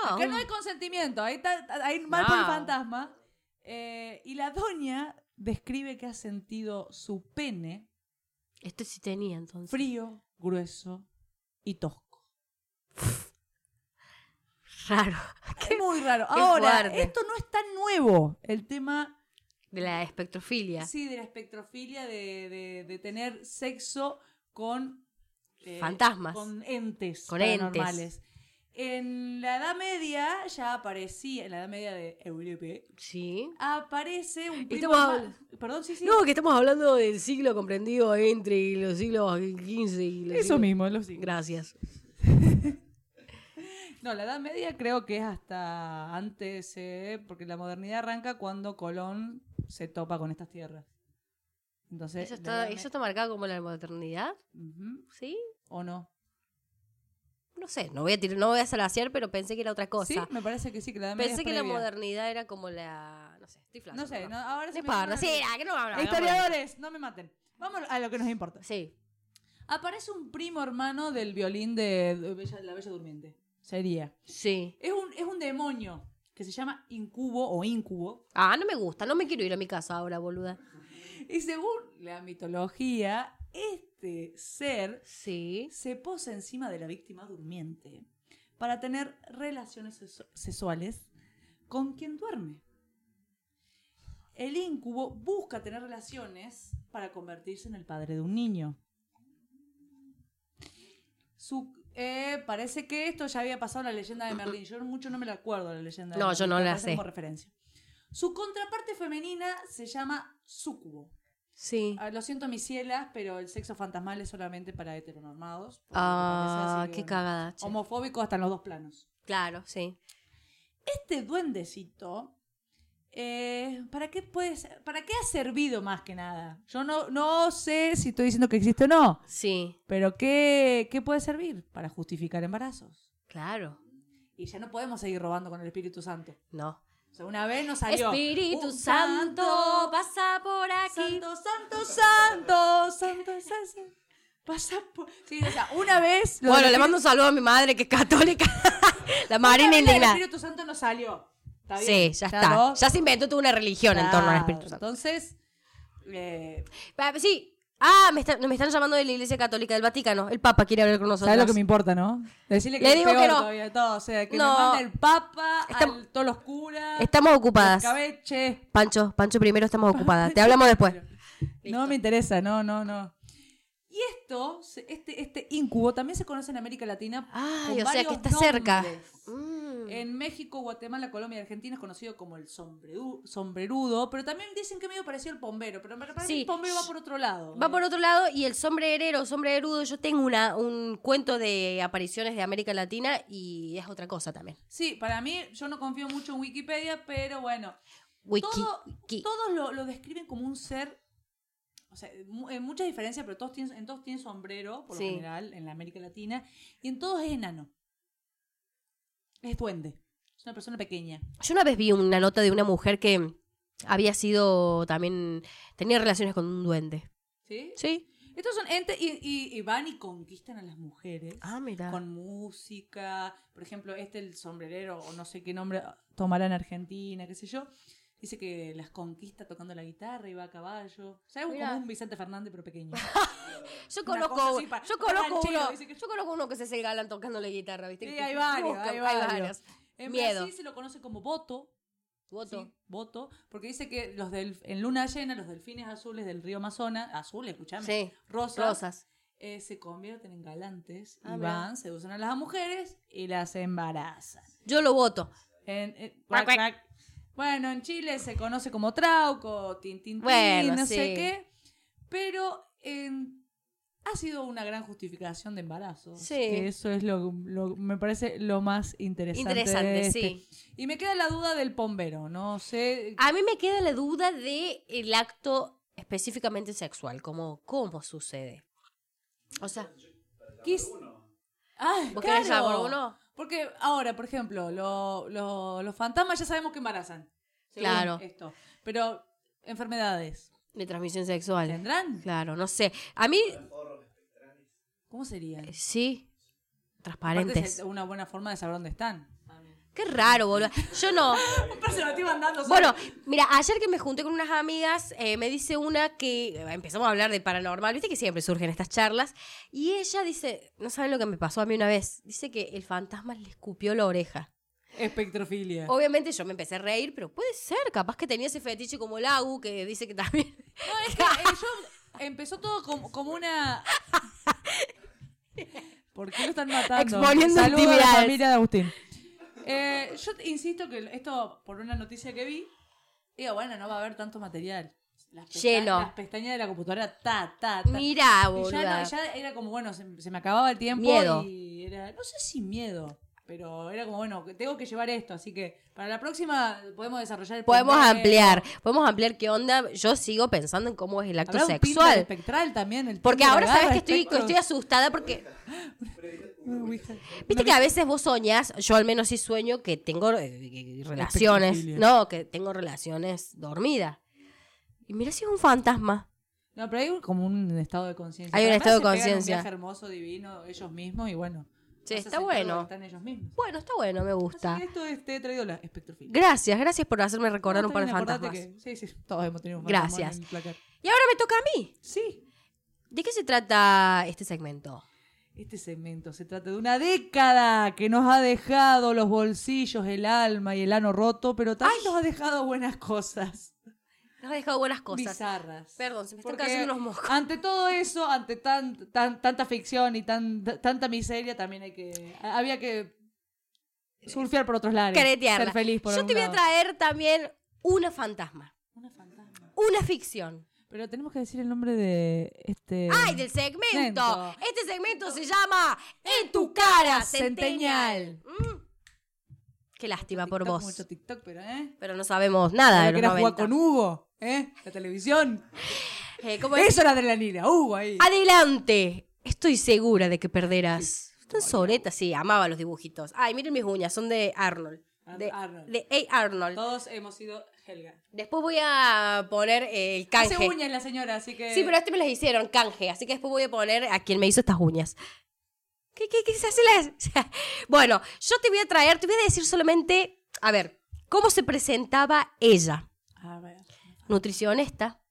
Speaker 4: Ah,
Speaker 3: Que
Speaker 4: un-
Speaker 3: no hay consentimiento, ahí, está, ahí mal por el
Speaker 4: No.
Speaker 3: fantasma. Eh, y la doña describe que ha sentido su pene
Speaker 4: Este sí tenía entonces.
Speaker 3: frío, grueso y tosco.
Speaker 4: Raro.
Speaker 3: Es muy raro. Ahora,
Speaker 4: fuerte.
Speaker 3: esto no es tan nuevo, el tema
Speaker 4: De la espectrofilia.
Speaker 3: sí, de la espectrofilia, de, de- de tener sexo con... eh,
Speaker 4: Fantasmas.
Speaker 3: Con entes
Speaker 4: Con
Speaker 3: paranormales. En la Edad Media ya aparecía, en la Edad Media de Europa,
Speaker 4: Sí.
Speaker 3: aparece un primo...
Speaker 4: Estamos
Speaker 3: herma- Perdón, sí, sí.
Speaker 4: No, que estamos hablando del siglo comprendido entre los siglos XV y los
Speaker 3: Eso
Speaker 4: siglos-
Speaker 3: mismo, lo sigo.
Speaker 4: Gracias.
Speaker 3: No, la Edad Media creo que es hasta antes, eh, porque la modernidad arranca cuando Colón se topa con estas tierras. Entonces,
Speaker 4: Eso
Speaker 3: la
Speaker 4: está,
Speaker 3: Edad Me-
Speaker 4: eso está marcado como la modernidad,
Speaker 3: Ujú.
Speaker 4: ¿sí?
Speaker 3: ¿O no?
Speaker 4: No sé, no voy a tirar, no voy a salaciar, pero pensé que era otra cosa.
Speaker 3: Sí, me parece que sí, que la Edad Media
Speaker 4: pensé
Speaker 3: es
Speaker 4: que la
Speaker 3: previa.
Speaker 4: modernidad era como la, no sé, estoy flasheando,
Speaker 3: No sé, no,
Speaker 4: perdón.
Speaker 3: ahora
Speaker 4: No
Speaker 3: se me vino
Speaker 4: importa, sí,
Speaker 3: una-
Speaker 4: ah, que no vamos a hablar.
Speaker 3: Historiadores, no me maten. Vamos a lo que nos importa.
Speaker 4: Sí.
Speaker 3: Aparece un primo hermano del violín de de Bella- la Bella Durmiente. Sería.
Speaker 4: Sí.
Speaker 3: Es un, es un demonio que se llama incubo o incubo.
Speaker 4: Ah, no me gusta, no me quiero ir a mi casa ahora, boluda.
Speaker 3: Y según la mitología, este ser
Speaker 4: Sí.
Speaker 3: se posa encima de la víctima durmiente para tener relaciones seso- sexuales con quien duerme. El incubo busca tener relaciones para convertirse en el padre de un niño. Su- eh, parece que esto ya había pasado en la leyenda de Merlín. Yo mucho no me la acuerdo la leyenda de
Speaker 4: No,
Speaker 3: Merlín,
Speaker 4: yo no
Speaker 3: pero
Speaker 4: la
Speaker 3: aparece
Speaker 4: sé.
Speaker 3: Como referencia. Su contraparte femenina se llama sucubo.
Speaker 4: Sí.
Speaker 3: Ah, lo siento, mis cielas, pero el sexo fantasmal es solamente para heteronormados. por lo que parece,
Speaker 4: Ah,
Speaker 3: así que,
Speaker 4: qué
Speaker 3: bueno,
Speaker 4: cagada. che.
Speaker 3: Homofóbico hasta en los dos planos.
Speaker 4: Claro, sí.
Speaker 3: Este duendecito, eh, ¿para, qué puede ser- ¿para qué ha servido más que nada? Yo no, no sé si estoy diciendo que existe o no,
Speaker 4: Sí,
Speaker 3: pero ¿qué, ¿qué puede servir? Para justificar embarazos.
Speaker 4: claro.
Speaker 3: Y ya no podemos seguir robando con el Espíritu Santo.
Speaker 4: No.
Speaker 3: O sea, una vez nos salió.
Speaker 4: Espíritu
Speaker 3: un
Speaker 4: Santo, pasa por aquí.
Speaker 3: Santo, santo, santo, santo, santo. Pasa por. Sí, o sea, una vez. lo
Speaker 4: Bueno,
Speaker 3: del
Speaker 4: le mando un saludo a mi madre que es católica. la
Speaker 3: Espíritu- una
Speaker 4: Marina
Speaker 3: vez lo del
Speaker 4: indignada.
Speaker 3: Espíritu Santo no salió. Está
Speaker 4: Sí,
Speaker 3: bien.
Speaker 4: ya está.
Speaker 3: no.
Speaker 4: Ya se inventó toda una religión en torno al Espíritu Santo.
Speaker 3: Entonces. eh,
Speaker 4: Pa- Sí, Ah, me, está- me están llamando de la Iglesia Católica del Vaticano. El Papa quiere hablar con nosotros.
Speaker 3: ¿Sabes lo que me importa, no? Decirle que
Speaker 4: Le
Speaker 3: es
Speaker 4: digo que
Speaker 3: peor
Speaker 4: no.
Speaker 3: todavía de todo. O sea, que
Speaker 4: No.
Speaker 3: me mande el Papa,
Speaker 4: Estam-
Speaker 3: al- todos los curas,
Speaker 4: Estamos
Speaker 3: los
Speaker 4: ocupadas.
Speaker 3: cabeches.
Speaker 4: Pancho, Pancho primero estamos ocupadas. Te hablamos después.
Speaker 3: No me interesa, no, no, no. Y esto, se- este, este incubo, también se conoce en América Latina.
Speaker 4: Ay,
Speaker 3: con
Speaker 4: o sea, que
Speaker 3: varios
Speaker 4: está cerca.
Speaker 3: nombres.
Speaker 4: Mm.
Speaker 3: En México, Guatemala, Colombia y Argentina es conocido como el sombreu- sombrerudo, pero también dicen que medio parecido al pombero, pero para
Speaker 4: Sí.
Speaker 3: mí el pombero va por otro lado.
Speaker 4: Va por otro lado y el sombrerero, sombrerudo, yo tengo una, un cuento de apariciones de América Latina y es otra cosa también.
Speaker 3: Sí, para mí, yo no confío mucho en Wikipedia, pero bueno,
Speaker 4: Wiki,
Speaker 3: Todo-
Speaker 4: wiki.
Speaker 3: todos lo, lo describen como un ser, o sea, mu- en muchas diferencias, pero todos tienen, en todos tienen sombrero, por
Speaker 4: Sí.
Speaker 3: lo general, en la América Latina, y en todos es enano. Es duende. Es una persona pequeña.
Speaker 4: Yo una vez vi una nota de una mujer que había sido también, tenía relaciones con un duende.
Speaker 3: ¿Sí?
Speaker 4: Sí.
Speaker 3: Estos son entes y, y- y van y conquistan a las mujeres.
Speaker 4: Ah, mira.
Speaker 3: Con música, por ejemplo, este el sombrerero o no sé qué nombre tomará en Argentina, qué sé yo. Dice que las conquista tocando la guitarra y va a caballo. O sea, es un-
Speaker 4: Mira.
Speaker 3: como un Vicente Fernández, pero pequeño.
Speaker 4: Yo
Speaker 3: Una
Speaker 4: conozco,
Speaker 3: cosa así pa-
Speaker 4: yo conozco
Speaker 3: ranchero,
Speaker 4: uno,
Speaker 3: dice que-
Speaker 4: yo conozco uno que se hace el galán tocando la guitarra, ¿viste?
Speaker 3: Sí,
Speaker 4: Que
Speaker 3: hay varios,
Speaker 4: busca-
Speaker 3: hay varios. En
Speaker 4: Miedo.
Speaker 3: Brasil se lo conoce como voto.
Speaker 4: Voto.
Speaker 3: Sí, voto. Porque dice que los del, en luna llena, los delfines azules del río Amazonas, azul, escuchame,
Speaker 4: Sí,
Speaker 3: rosas,
Speaker 4: Rosas.
Speaker 3: eh, se convierten en galantes
Speaker 4: Ah,
Speaker 3: y
Speaker 4: mirá.
Speaker 3: van, seducen a las mujeres y las embarazan.
Speaker 4: Yo lo voto.
Speaker 3: En- en-
Speaker 4: Ah,
Speaker 3: cuac, cuac. Bueno, en Chile se conoce como trauco, tintín,
Speaker 4: Bueno,
Speaker 3: no
Speaker 4: sí.
Speaker 3: sé qué. Pero en- ha sido una gran justificación de embarazo.
Speaker 4: Sí.
Speaker 3: Que eso es lo, lo- me parece lo más interesante. de
Speaker 4: Interesante,
Speaker 3: este.
Speaker 4: sí. Ah,
Speaker 3: Y me queda la duda del pombero, no sé.
Speaker 4: A mí me queda la duda de el acto específicamente sexual, como cómo sucede. O sea,
Speaker 3: ¿qué es- Ah, claro.
Speaker 4: ¿vos querés llamar por uno?
Speaker 3: Porque ahora, por ejemplo, lo- lo- los fantasmas ya sabemos que embarazan. según
Speaker 4: Claro.
Speaker 3: Esto. Pero enfermedades,
Speaker 4: De transmisión sexual.
Speaker 3: ¿tendrán?
Speaker 4: Claro, no sé. A mí,
Speaker 3: ¿Cómo serían?
Speaker 4: sí.
Speaker 3: Aparte,
Speaker 4: Transparentes.
Speaker 3: es una buena forma de saber dónde están.
Speaker 4: Qué raro, boludo. Yo no.
Speaker 3: Un preservativo andando solo.
Speaker 4: Bueno, mira, ayer que me junté con unas amigas, eh, me dice una que eh, empezamos a hablar de paranormal, viste que siempre surgen estas charlas, y ella dice, no saben lo que me pasó a mí una vez, dice que el fantasma le escupió la oreja.
Speaker 3: Espectrofilia.
Speaker 4: Obviamente yo me empecé a reír, pero puede ser, capaz que tenía ese fetiche como el Agu, que dice que también...
Speaker 3: No, es que eh, yo- empezó todo como, como una. ¿Por qué lo están matando?
Speaker 4: Exponiendo
Speaker 3: Saludo a la
Speaker 4: intimidades.
Speaker 3: familia de Agustín. Eh, yo te- insisto que esto, por una noticia que vi, digo, bueno, no va a haber tanto material. Las pesta-
Speaker 4: Lleno.
Speaker 3: Las pestañas de la computadora, ta, ta, ta.
Speaker 4: Mirá,
Speaker 3: Y
Speaker 4: boludo.
Speaker 3: ya, no- ya era como, bueno, se, se me acababa el tiempo
Speaker 4: Miedo.
Speaker 3: y era, no sé si miedo, pero era como, bueno, que tengo que llevar esto, así que para la próxima podemos desarrollar el
Speaker 4: Podemos
Speaker 3: primer-
Speaker 4: ampliar, podemos ampliar qué onda. Yo sigo pensando en cómo es el acto
Speaker 3: Habrá un Tinder
Speaker 4: sexual.
Speaker 3: espectral también. El
Speaker 4: Porque
Speaker 3: Tinder
Speaker 4: ahora
Speaker 3: agarra
Speaker 4: sabes que estoy, que
Speaker 3: espectros.
Speaker 4: estoy asustada porque
Speaker 3: Una ouija.
Speaker 4: Viste que a veces vos soñás, yo al menos sí sueño que tengo eh, relaciones,
Speaker 3: Espectrofilia.
Speaker 4: no, que tengo relaciones dormidas. Y mira si es un fantasma.
Speaker 3: No, pero hay un- como un estado de conciencia.
Speaker 4: Hay un
Speaker 3: Pero
Speaker 4: estado de
Speaker 3: además se pegan
Speaker 4: conciencia.
Speaker 3: Un viaje hermoso, divino, ellos mismos y bueno.
Speaker 4: Sí,
Speaker 3: no se
Speaker 4: está
Speaker 3: hacen cargo
Speaker 4: bueno.
Speaker 3: de que Están ellos mismos.
Speaker 4: Bueno, está bueno, me gusta.
Speaker 3: Así que esto este, he traído la espectrofilia.
Speaker 4: Gracias, gracias por hacerme recordar
Speaker 3: No,
Speaker 4: un par de
Speaker 3: también acordate
Speaker 4: fantasmas.
Speaker 3: que- sí, sí, todos hemos tenido un fantasma
Speaker 4: Gracias.
Speaker 3: en el placar.
Speaker 4: Y ahora me toca a mí.
Speaker 3: Sí,
Speaker 4: ¿De qué se trata este segmento?
Speaker 3: Este segmento se trata de una década que nos ha dejado los bolsillos, el alma y el ano roto, pero también nos ha dejado buenas cosas,
Speaker 4: Nos ha dejado buenas cosas.
Speaker 3: bizarras.
Speaker 4: Perdón, se me están
Speaker 3: Porque
Speaker 4: cayendo unos moscos.
Speaker 3: Ante todo eso, ante tan, tan- tanta ficción y tan, tanta miseria, también hay que a- había que surfear por otros lares,
Speaker 4: Caretearla.
Speaker 3: ser feliz por
Speaker 4: Yo
Speaker 3: algún
Speaker 4: te voy a
Speaker 3: lado.
Speaker 4: traer también una fantasma.
Speaker 3: Una fantasma.
Speaker 4: Una ficción.
Speaker 3: Pero tenemos que decir el nombre de este
Speaker 4: ¡Ay, del segmento!
Speaker 3: Segmento.
Speaker 4: Este segmento se llama En tu cara, centenial.
Speaker 3: centenial.
Speaker 4: Qué lástima por
Speaker 3: TikTok,
Speaker 4: vos.
Speaker 3: Mucho TikTok, pero eh.
Speaker 4: Pero no sabemos nada de
Speaker 3: Ahora
Speaker 4: los
Speaker 3: que era jugar
Speaker 4: 90.
Speaker 3: con Hugo, ¿eh? La televisión.
Speaker 4: Eh, ¿cómo es?
Speaker 3: Eso era adrenalina, Hugo ahí.
Speaker 4: Adelante. Estoy segura de que perderás. Tan sobreta, sí, amaba los dibujitos. Ay, miren mis uñas, son de Arnold.
Speaker 3: Ar-
Speaker 4: De,
Speaker 3: Ah, Arnold.
Speaker 4: de A. Arnold.
Speaker 3: Todos hemos sido Helga.
Speaker 4: Después voy a poner eh, el canje.
Speaker 3: Hace uñas la señora, así que.
Speaker 4: Sí, pero este me las hicieron, canje. Así que después voy a poner a quien me hizo estas uñas. ¿Qué, qué, qué se hace la- bueno, yo te voy a traer, te voy a decir solamente, a ver, cómo se presentaba ella.
Speaker 3: A ver.
Speaker 4: Nutricionista,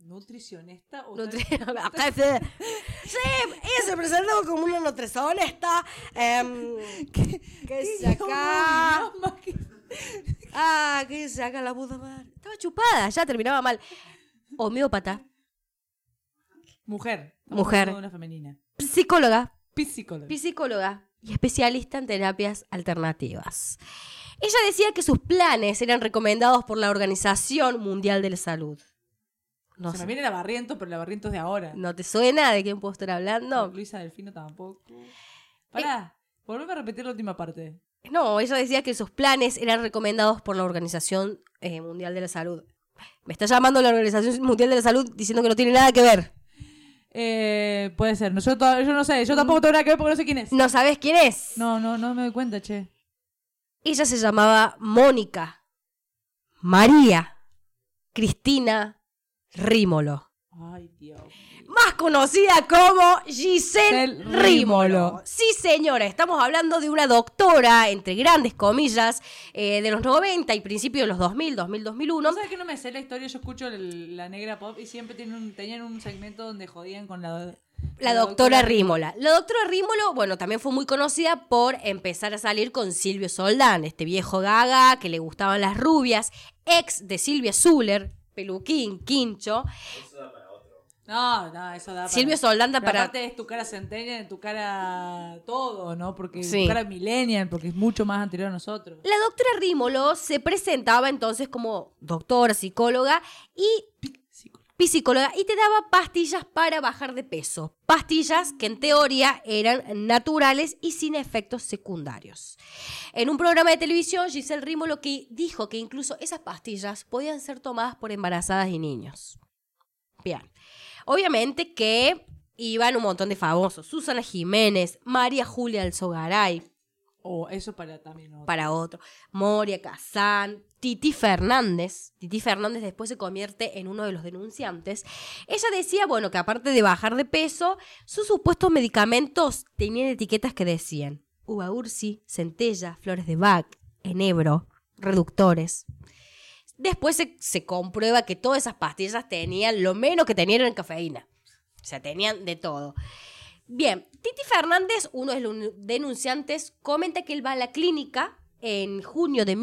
Speaker 3: nutricionista o
Speaker 4: Nutri-
Speaker 3: tal-
Speaker 4: Acá se- sí, ella se presentó como una nutricionista. em, que
Speaker 3: ¿Qué
Speaker 4: se acá.
Speaker 3: idioma, idioma? ¿Qué-
Speaker 4: Ah, que se haga la puta madre. Estaba chupada, ya terminaba mal. Homeópata,
Speaker 3: Mujer. Estamos
Speaker 4: Mujer.
Speaker 3: hablando de Una femenina.
Speaker 4: psicóloga,
Speaker 3: Psicóloga.
Speaker 4: psicóloga y especialista en terapias alternativas. Ella decía que sus planes eran recomendados por la Organización Mundial de la Salud. No,
Speaker 3: se
Speaker 4: sé,
Speaker 3: me viene la barriento, pero la barriento es de ahora.
Speaker 4: ¿no te suena de quién puedo estar hablando?
Speaker 3: Luisa Delfino tampoco. Pará, volveme a repetir la última parte.
Speaker 4: No, ella decía que sus planes eran recomendados por la Organización eh, Mundial de la Salud. Me está llamando la Organización Mundial de la Salud diciendo que no tiene nada que ver.
Speaker 3: Eh, puede ser. No, yo, to- yo no sé. Yo tampoco tengo nada que ver porque no sé quién es.
Speaker 4: ¿No sabes quién es?
Speaker 3: No, no, no me doy cuenta, che.
Speaker 4: Ella se llamaba Mónica María Cristina Rímolo,
Speaker 3: Ay, Dios.
Speaker 4: más conocida como Giselle
Speaker 3: Giselle
Speaker 4: Rímolo.
Speaker 3: Rímolo.
Speaker 4: Sí, señora, estamos hablando de una doctora, entre grandes comillas, eh, de los 90 y principios de los 2000, 2000, 2001.
Speaker 3: ¿No sabes que no me sé la historia? Yo escucho el- la negra pop y siempre tienen un, tenían un segmento donde jodían con la.
Speaker 4: La doctora Rímola. La doctora Rímolo, bueno, también fue muy conocida por empezar a salir con Silvio Soldán, este viejo gaga que le gustaban las rubias, ex de Silvia Zuller, peluquín, quincho.
Speaker 3: No, no, eso da para.
Speaker 4: Silvio Soldán da
Speaker 3: Pero
Speaker 4: para...
Speaker 3: Aparte es tu cara centennial, tu cara todo, ¿no? Porque
Speaker 4: Sí.
Speaker 3: tu cara millennial, porque es mucho más anterior a nosotros.
Speaker 4: La doctora Rímolo se presentaba entonces como doctora, psicóloga y psicóloga y te daba pastillas para bajar de peso. Pastillas que en teoría eran naturales y sin efectos secundarios. En un programa de televisión, Giselle Rímolo que dijo que incluso esas pastillas podían ser tomadas por embarazadas y niños. Bien. Obviamente que iban un montón de famosos. Susana Jiménez, María Julia Alzogaray,
Speaker 3: O eso para también. otro.
Speaker 4: para otro. Moria Kazán, Titi Fernández. Titi Fernández después se convierte en uno de los denunciantes. Ella decía, bueno, que aparte de bajar de peso, sus supuestos medicamentos tenían etiquetas que decían uva ursi, centella, flores de Bach, enebro, reductores. Después se, se comprueba que todas esas pastillas tenían lo menos que tenían en cafeína. O sea, tenían de todo. Bien, Titi Fernández, uno de los denunciantes, comenta que él va a la clínica en junio de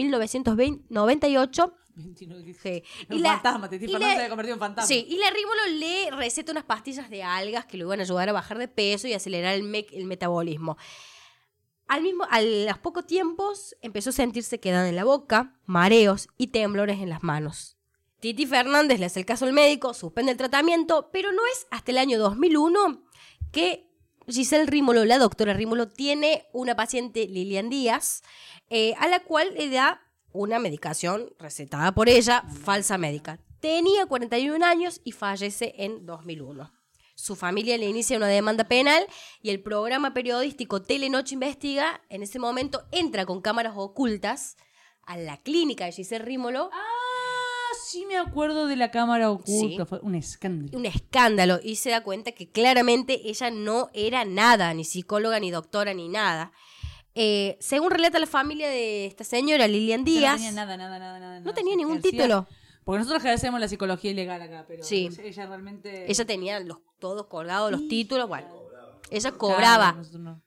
Speaker 4: 1998.
Speaker 3: 29 que-
Speaker 4: Sí.
Speaker 3: Un fantasma, Titi
Speaker 4: y
Speaker 3: Fernández
Speaker 4: la-
Speaker 3: se ha convertido en fantasma.
Speaker 4: Sí, y la Rímolo le receta unas pastillas de algas que lo iban a ayudar a bajar de peso y acelerar el, mec- el metabolismo. Al mismo, a los pocos tiempos empezó a sentir sequedad en la boca, mareos y temblores en las manos. Titi Fernández le hace el caso al médico, suspende el tratamiento, pero no es hasta el año 2001 que Giselle Rímolo, la doctora Rímolo, tiene una paciente, Lilian Díaz, eh, a la cual le da una medicación recetada por ella, falsa médica. Tenía 41 años y fallece en 2001. Su familia le inicia una demanda penal y el programa periodístico Telenoche Investiga en ese momento entra con cámaras ocultas a la clínica de Giselle Rímolo.
Speaker 3: Ah, sí me acuerdo de la cámara oculta.
Speaker 4: Sí.
Speaker 3: Fue un escándalo.
Speaker 4: un escándalo y se da cuenta que claramente ella no era nada, ni psicóloga, ni doctora, ni nada. Eh, según relata la familia de esta señora, Lilian
Speaker 3: Yo
Speaker 4: Díaz,
Speaker 3: No tenía nada, nada, nada, nada.
Speaker 4: no
Speaker 3: nada.
Speaker 4: tenía
Speaker 3: Se
Speaker 4: ningún
Speaker 3: ejercía-
Speaker 4: título.
Speaker 3: Porque nosotros ejercemos la psicología ilegal acá, pero
Speaker 4: Sí.
Speaker 3: ella realmente.
Speaker 4: Ella tenía los, todos colgados los títulos, bueno. Ella
Speaker 3: Claro,
Speaker 4: cobraba.
Speaker 3: nosotros no.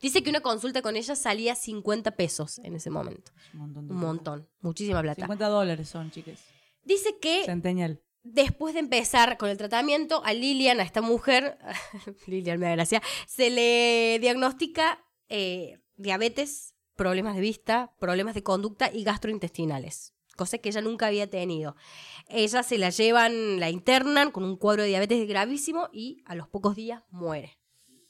Speaker 4: Dice que una consulta con ella salía 50 pesos en ese momento.
Speaker 3: Un montón. de
Speaker 4: Un
Speaker 3: plata.
Speaker 4: montón, muchísima plata.
Speaker 3: 50 dólares son, chiques.
Speaker 4: Dice que
Speaker 3: Centennial.
Speaker 4: Después de empezar con el tratamiento, a Lilian, a esta mujer, Lilian me da gracia, se le diagnostica eh, diabetes, problemas de vista, problemas de conducta y gastrointestinales, cosa que ella nunca había tenido. Ella se la llevan, la internan con un cuadro de diabetes gravísimo y a los pocos días muere.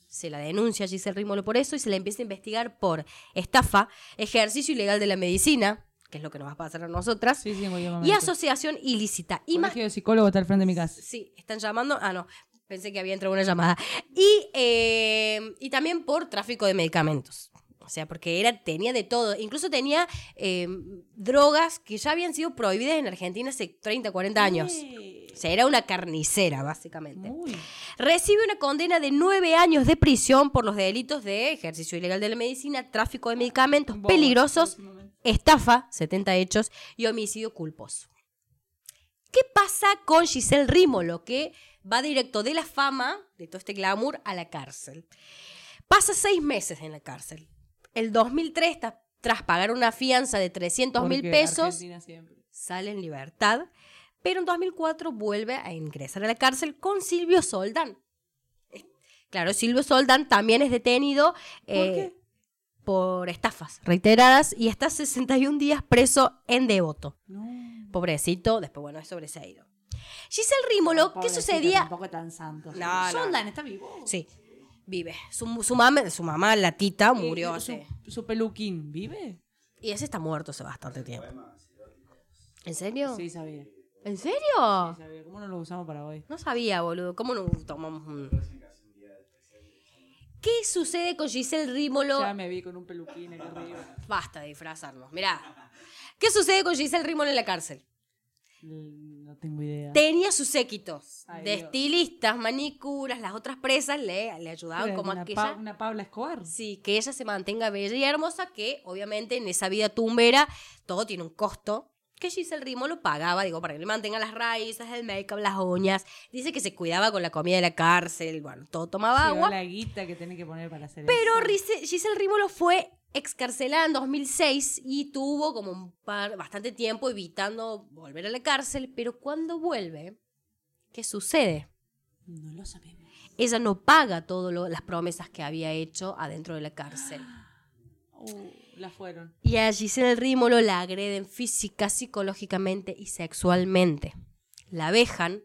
Speaker 4: Se la denuncia a Giselle Rímolo por eso y se la empieza a investigar por estafa, ejercicio ilegal de la medicina, que es lo que nos va a pasar a nosotras,
Speaker 3: Sí, sí, en cualquier
Speaker 4: y
Speaker 3: momento.
Speaker 4: asociación ilícita. Y
Speaker 3: El
Speaker 4: más
Speaker 3: colegio de psicólogo está al frente de mi casa.
Speaker 4: Sí, están llamando. Ah, no. Pensé que había entrado una llamada. Y, eh, y también por tráfico de medicamentos. O sea, porque era, tenía de todo. Incluso tenía eh, drogas que ya habían sido prohibidas en Argentina hace 30, 40 años. O sea, era una carnicera, básicamente.
Speaker 3: Uy.
Speaker 4: Recibe una condena de nueve años de prisión por los delitos de ejercicio ilegal de la medicina, tráfico de medicamentos
Speaker 3: Boba,
Speaker 4: peligrosos,
Speaker 3: últimamente.
Speaker 4: estafa, 70 hechos, y homicidio culposo. ¿Qué pasa con Giselle Rímolo, que va directo de la fama, de todo este glamour, a la cárcel? Pasa seis meses en la cárcel. El 2003, tras- tras pagar una fianza de 300 mil
Speaker 3: Porque
Speaker 4: pesos,
Speaker 3: Argentina siempre.
Speaker 4: sale en libertad, pero en 2004 vuelve a ingresar a la cárcel con Silvio Soldán. Eh, Claro, Silvio Soldán también es detenido eh, por estafas reiteradas y está 61 días preso en Devoto.
Speaker 3: No.
Speaker 4: Pobrecito, después, bueno, es sobreseído. Giselle Rímolo, ¿qué
Speaker 3: Ah, Pobrecito,
Speaker 4: sucedía?
Speaker 3: Tampoco tan santo.
Speaker 4: No, no.
Speaker 3: Soldán está vivo.
Speaker 4: Sí, vive. Su, su mamá, su mamá, la tita, murió
Speaker 3: Y su-
Speaker 4: hace...
Speaker 3: Su, peluquín vive?
Speaker 4: Y ese está muerto hace bastante tiempo. ¿En serio?
Speaker 3: Sí, sabía.
Speaker 4: ¿En serio?
Speaker 3: sabía. ¿Cómo no lo usamos para hoy?
Speaker 4: No sabía, boludo. ¿Cómo no tomamos un.? ¿Qué sucede con Giselle Rímolo?
Speaker 3: Ya me vi con un peluquín acá arriba.
Speaker 4: Basta de disfrazarnos. Mirá. ¿Qué sucede con Giselle Rímolo en la cárcel?
Speaker 3: L- No tengo idea.
Speaker 4: Tenía sus séquitos
Speaker 3: Ay,
Speaker 4: de
Speaker 3: Dios.
Speaker 4: estilistas, manicuras, las otras presas le, le ayudaban
Speaker 3: Era
Speaker 4: como
Speaker 3: una,
Speaker 4: a que
Speaker 3: Pa-
Speaker 4: ella,
Speaker 3: una Paula Escobar.
Speaker 4: sí, que ella se mantenga bella y hermosa, que obviamente en esa vida tumbera todo tiene un costo que Giselle Rímolo pagaba, digo, para que le mantenga las raíces, el make-up, las uñas. Dice que se cuidaba con la comida de la cárcel, bueno, todo tomaba
Speaker 3: Pero
Speaker 4: agua.
Speaker 3: La guita que tenés que poner para hacer
Speaker 4: Pero
Speaker 3: eso.
Speaker 4: Rice- Giselle Rímolo fue excarcelada en 2006 y tuvo como un par, bastante tiempo evitando volver a la cárcel, pero cuando vuelve, ¿qué sucede?
Speaker 3: No lo sabemos.
Speaker 4: Ella no paga todas las promesas que había hecho adentro de la cárcel.
Speaker 3: Uh, la fueron.
Speaker 4: Y a Giselle Rímolo la agreden física, psicológicamente y sexualmente. La vejan.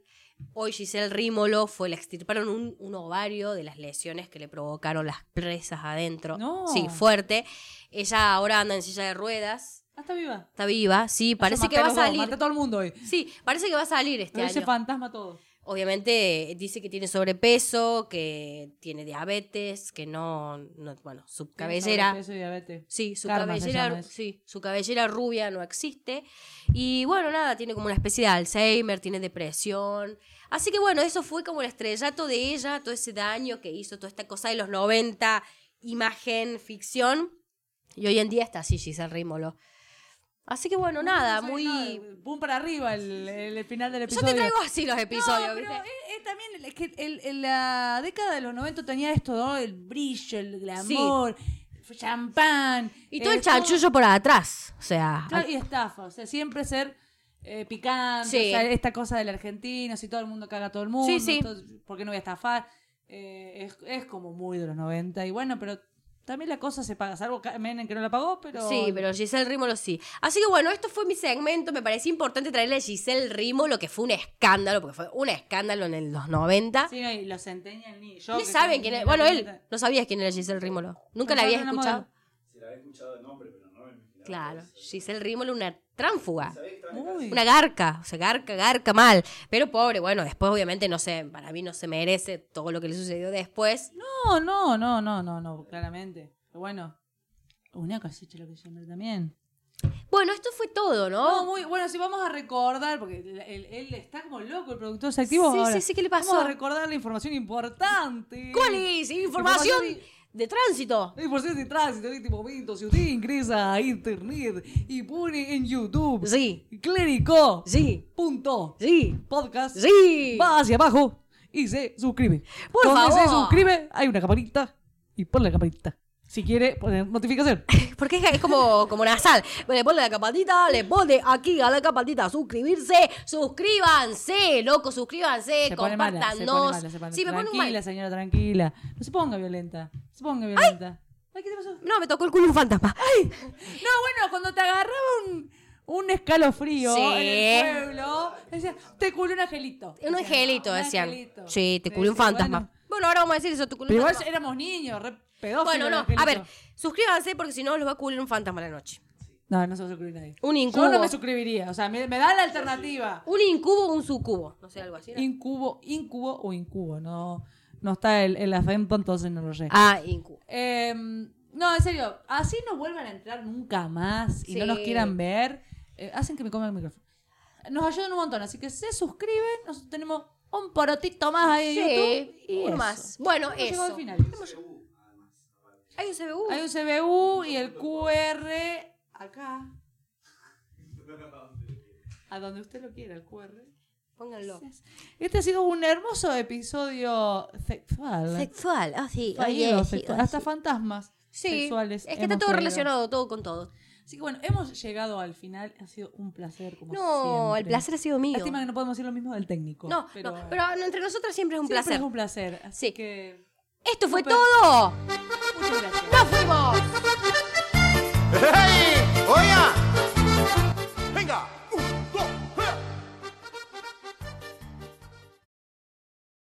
Speaker 4: Hoy Giselle Rímolo fue, le extirparon un, un ovario de las lesiones que le provocaron las presas adentro.
Speaker 3: No.
Speaker 4: Sí, fuerte. Ella ahora anda en silla de ruedas.
Speaker 3: Ah, está viva.
Speaker 4: Está viva, sí, parece
Speaker 3: Yo
Speaker 4: que
Speaker 3: maté
Speaker 4: va a
Speaker 3: los dos,
Speaker 4: salir.
Speaker 3: Maté a todo el mundo hoy.
Speaker 4: Sí, parece que va a salir este
Speaker 3: Lo hice
Speaker 4: año.
Speaker 3: fantasma todo.
Speaker 4: Obviamente eh, dice que tiene sobrepeso, que tiene diabetes, que no, no bueno, su cabellera
Speaker 3: Sobrepeso y diabetes.
Speaker 4: Sí, su
Speaker 3: Karma se llama
Speaker 4: cabellera,
Speaker 3: eso.
Speaker 4: sí, su cabellera rubia no existe. Y bueno, nada, tiene como una especie de Alzheimer, tiene depresión. Así que bueno, eso fue como el estrellato de ella, todo ese daño que hizo, toda esta cosa de los 90, imagen, ficción. Y hoy en día está así Giselle Rímolo. Así que bueno, nada,
Speaker 3: No,
Speaker 4: muy...
Speaker 3: no, pum para arriba el, el final del
Speaker 4: Yo
Speaker 3: episodio.
Speaker 4: te traigo así los episodios,
Speaker 3: No, pero
Speaker 4: ¿viste?
Speaker 3: es- es también es que el- en la década de los 90 tenía esto, ¿no? El brillo, el glamour, champán.
Speaker 4: Y todo
Speaker 3: eh,
Speaker 4: el chanchullo por atrás, o sea...
Speaker 3: Claro, y estafa, o sea, siempre ser eh, picante,
Speaker 4: Sí.
Speaker 3: o sea, esta cosa del argentino, si todo el mundo caga a todo el mundo,
Speaker 4: Sí, sí.
Speaker 3: entonces, ¿por qué no voy a estafar? Eh, es, es como muy de los 90 y bueno, pero también la cosa se paga, salvo Ca- Menem que no la pagó, pero...
Speaker 4: Sí, pero Giselle Rímolo sí. Así que bueno, esto fue mi segmento. Me parecía importante traerle a Giselle Rímolo, que fue un escándalo, porque fue un escándalo en el- los 90.
Speaker 3: Sí, no, y los centenial ni yo.
Speaker 4: no
Speaker 3: que
Speaker 4: saben
Speaker 3: soy
Speaker 4: quién
Speaker 3: ni la
Speaker 4: es. Bueno, él
Speaker 3: pinta.
Speaker 4: no sabía quién era Giselle Rímolo. Nunca
Speaker 3: Pensaba
Speaker 4: la había
Speaker 3: que era una
Speaker 4: escuchado.
Speaker 5: Se la había escuchado de nombre, pero no me imaginaba.
Speaker 4: Claro, Giselle Rímolo, una tránfuga.
Speaker 3: Muy.
Speaker 4: Una garca, o sea, garca, garca mal. Pero pobre, bueno, después obviamente no sé, para mí no se merece todo lo que le sucedió después.
Speaker 3: No, no, no, no, no, no, claramente. Pero bueno, una cosita lo que yo también.
Speaker 4: Bueno, esto fue todo,
Speaker 3: No,
Speaker 4: ¿no?
Speaker 3: muy bueno, si vamos a recordar, porque él, él está como loco, el productor se activó.
Speaker 4: Sí,
Speaker 3: ahora.
Speaker 4: sí, sí, ¿qué le pasó?
Speaker 3: Vamos a recordar la información importante.
Speaker 4: ¿Cuál es? Información de tránsito.
Speaker 3: La información de tránsito en este momento. Si usted ingresa a internet y pone en YouTube
Speaker 4: Sí,
Speaker 3: clérico
Speaker 4: sí,
Speaker 3: punto
Speaker 4: sí,
Speaker 3: podcast,
Speaker 4: sí.
Speaker 3: va hacia abajo y se suscribe.
Speaker 4: Por
Speaker 3: Donde se
Speaker 4: favor.
Speaker 3: suscribe, hay una campanita y pon la campanita. Si quiere poner notificación.
Speaker 4: Porque es, es como, como nasal. Le pone la capatita, le pone aquí a la capatita suscribirse. Suscríbanse, loco, suscríbanse,
Speaker 3: Se pone mala, se pone
Speaker 4: compártanos.
Speaker 3: mala, se pone-
Speaker 4: Sí, me pone un
Speaker 3: tranquila,
Speaker 4: mal.
Speaker 3: señora, tranquila. No se ponga violenta. No se ponga violenta. Ay, ¿qué te pasó?
Speaker 4: No, me tocó el culo un fantasma.
Speaker 3: No, bueno, cuando te agarraba un, un escalofrío
Speaker 4: Sí.
Speaker 3: en el pueblo, decía, te culió un angelito.
Speaker 4: Un
Speaker 3: Decían,
Speaker 4: angelito,
Speaker 3: "Un
Speaker 4: decían.
Speaker 3: angelito".
Speaker 4: Sí, te culo un
Speaker 3: Decía,
Speaker 4: fantasma.
Speaker 3: bueno.
Speaker 4: Bueno. ahora vamos a decir eso, te culo
Speaker 3: Pero
Speaker 4: un
Speaker 3: igual
Speaker 4: fantasma.
Speaker 3: éramos niños, re pedófilos.
Speaker 4: Bueno, no,
Speaker 3: los
Speaker 4: a ver,
Speaker 3: angelitos.
Speaker 4: suscríbanse porque si no los va a culir un fantasma a la noche.
Speaker 3: No, no se va a suscribir nadie.
Speaker 4: Un
Speaker 3: Yo no
Speaker 4: incubo.
Speaker 3: me suscribiría, o sea, me, me da la alternativa.
Speaker 4: Un incubo o un sucubo. No sé, algo así. ¿no?
Speaker 3: Incubo, incubo o incubo, no, no está el, el acento, entonces no lo sé.
Speaker 4: Ah, incubo.
Speaker 3: Em, no, en serio, así no vuelvan a entrar nunca más y no
Speaker 4: Sí.
Speaker 3: nos quieran ver. eh, hacen que me coman el micrófono. Nos ayudan un montón, así que se suscriben. Nosotros tenemos un porotito más ahí en
Speaker 4: Sí,
Speaker 3: YouTube. Y
Speaker 4: uno
Speaker 3: eso.
Speaker 4: más. Bueno,
Speaker 3: Hemos llegado al
Speaker 4: eso.
Speaker 3: final.
Speaker 4: Hay un CBU.
Speaker 3: Hay un CBU y el QR acá. A donde usted lo quiera, el QR.
Speaker 4: Pónganlo.
Speaker 3: Este ha sido un hermoso episodio sexual.
Speaker 2: Sexual, ah, sí.
Speaker 3: Fallido,
Speaker 2: oye, sí,
Speaker 3: sexual.
Speaker 2: oye,
Speaker 3: Hasta
Speaker 2: sí.
Speaker 3: fantasmas
Speaker 4: Sí,
Speaker 3: sexuales.
Speaker 4: es que está
Speaker 3: hemos
Speaker 4: todo
Speaker 3: traído.
Speaker 4: relacionado, todo con todo.
Speaker 3: Así que bueno, hemos llegado al final. Ha sido un placer, como
Speaker 4: No,
Speaker 3: siempre.
Speaker 4: el placer ha sido mío.
Speaker 3: Lástima que no podemos decir lo mismo del técnico.
Speaker 4: No, no, pero entre nosotras siempre es un
Speaker 3: siempre
Speaker 4: placer.
Speaker 3: Es un placer. Así
Speaker 4: Sí.
Speaker 3: que.
Speaker 4: Esto fue
Speaker 3: Súper.
Speaker 4: todo.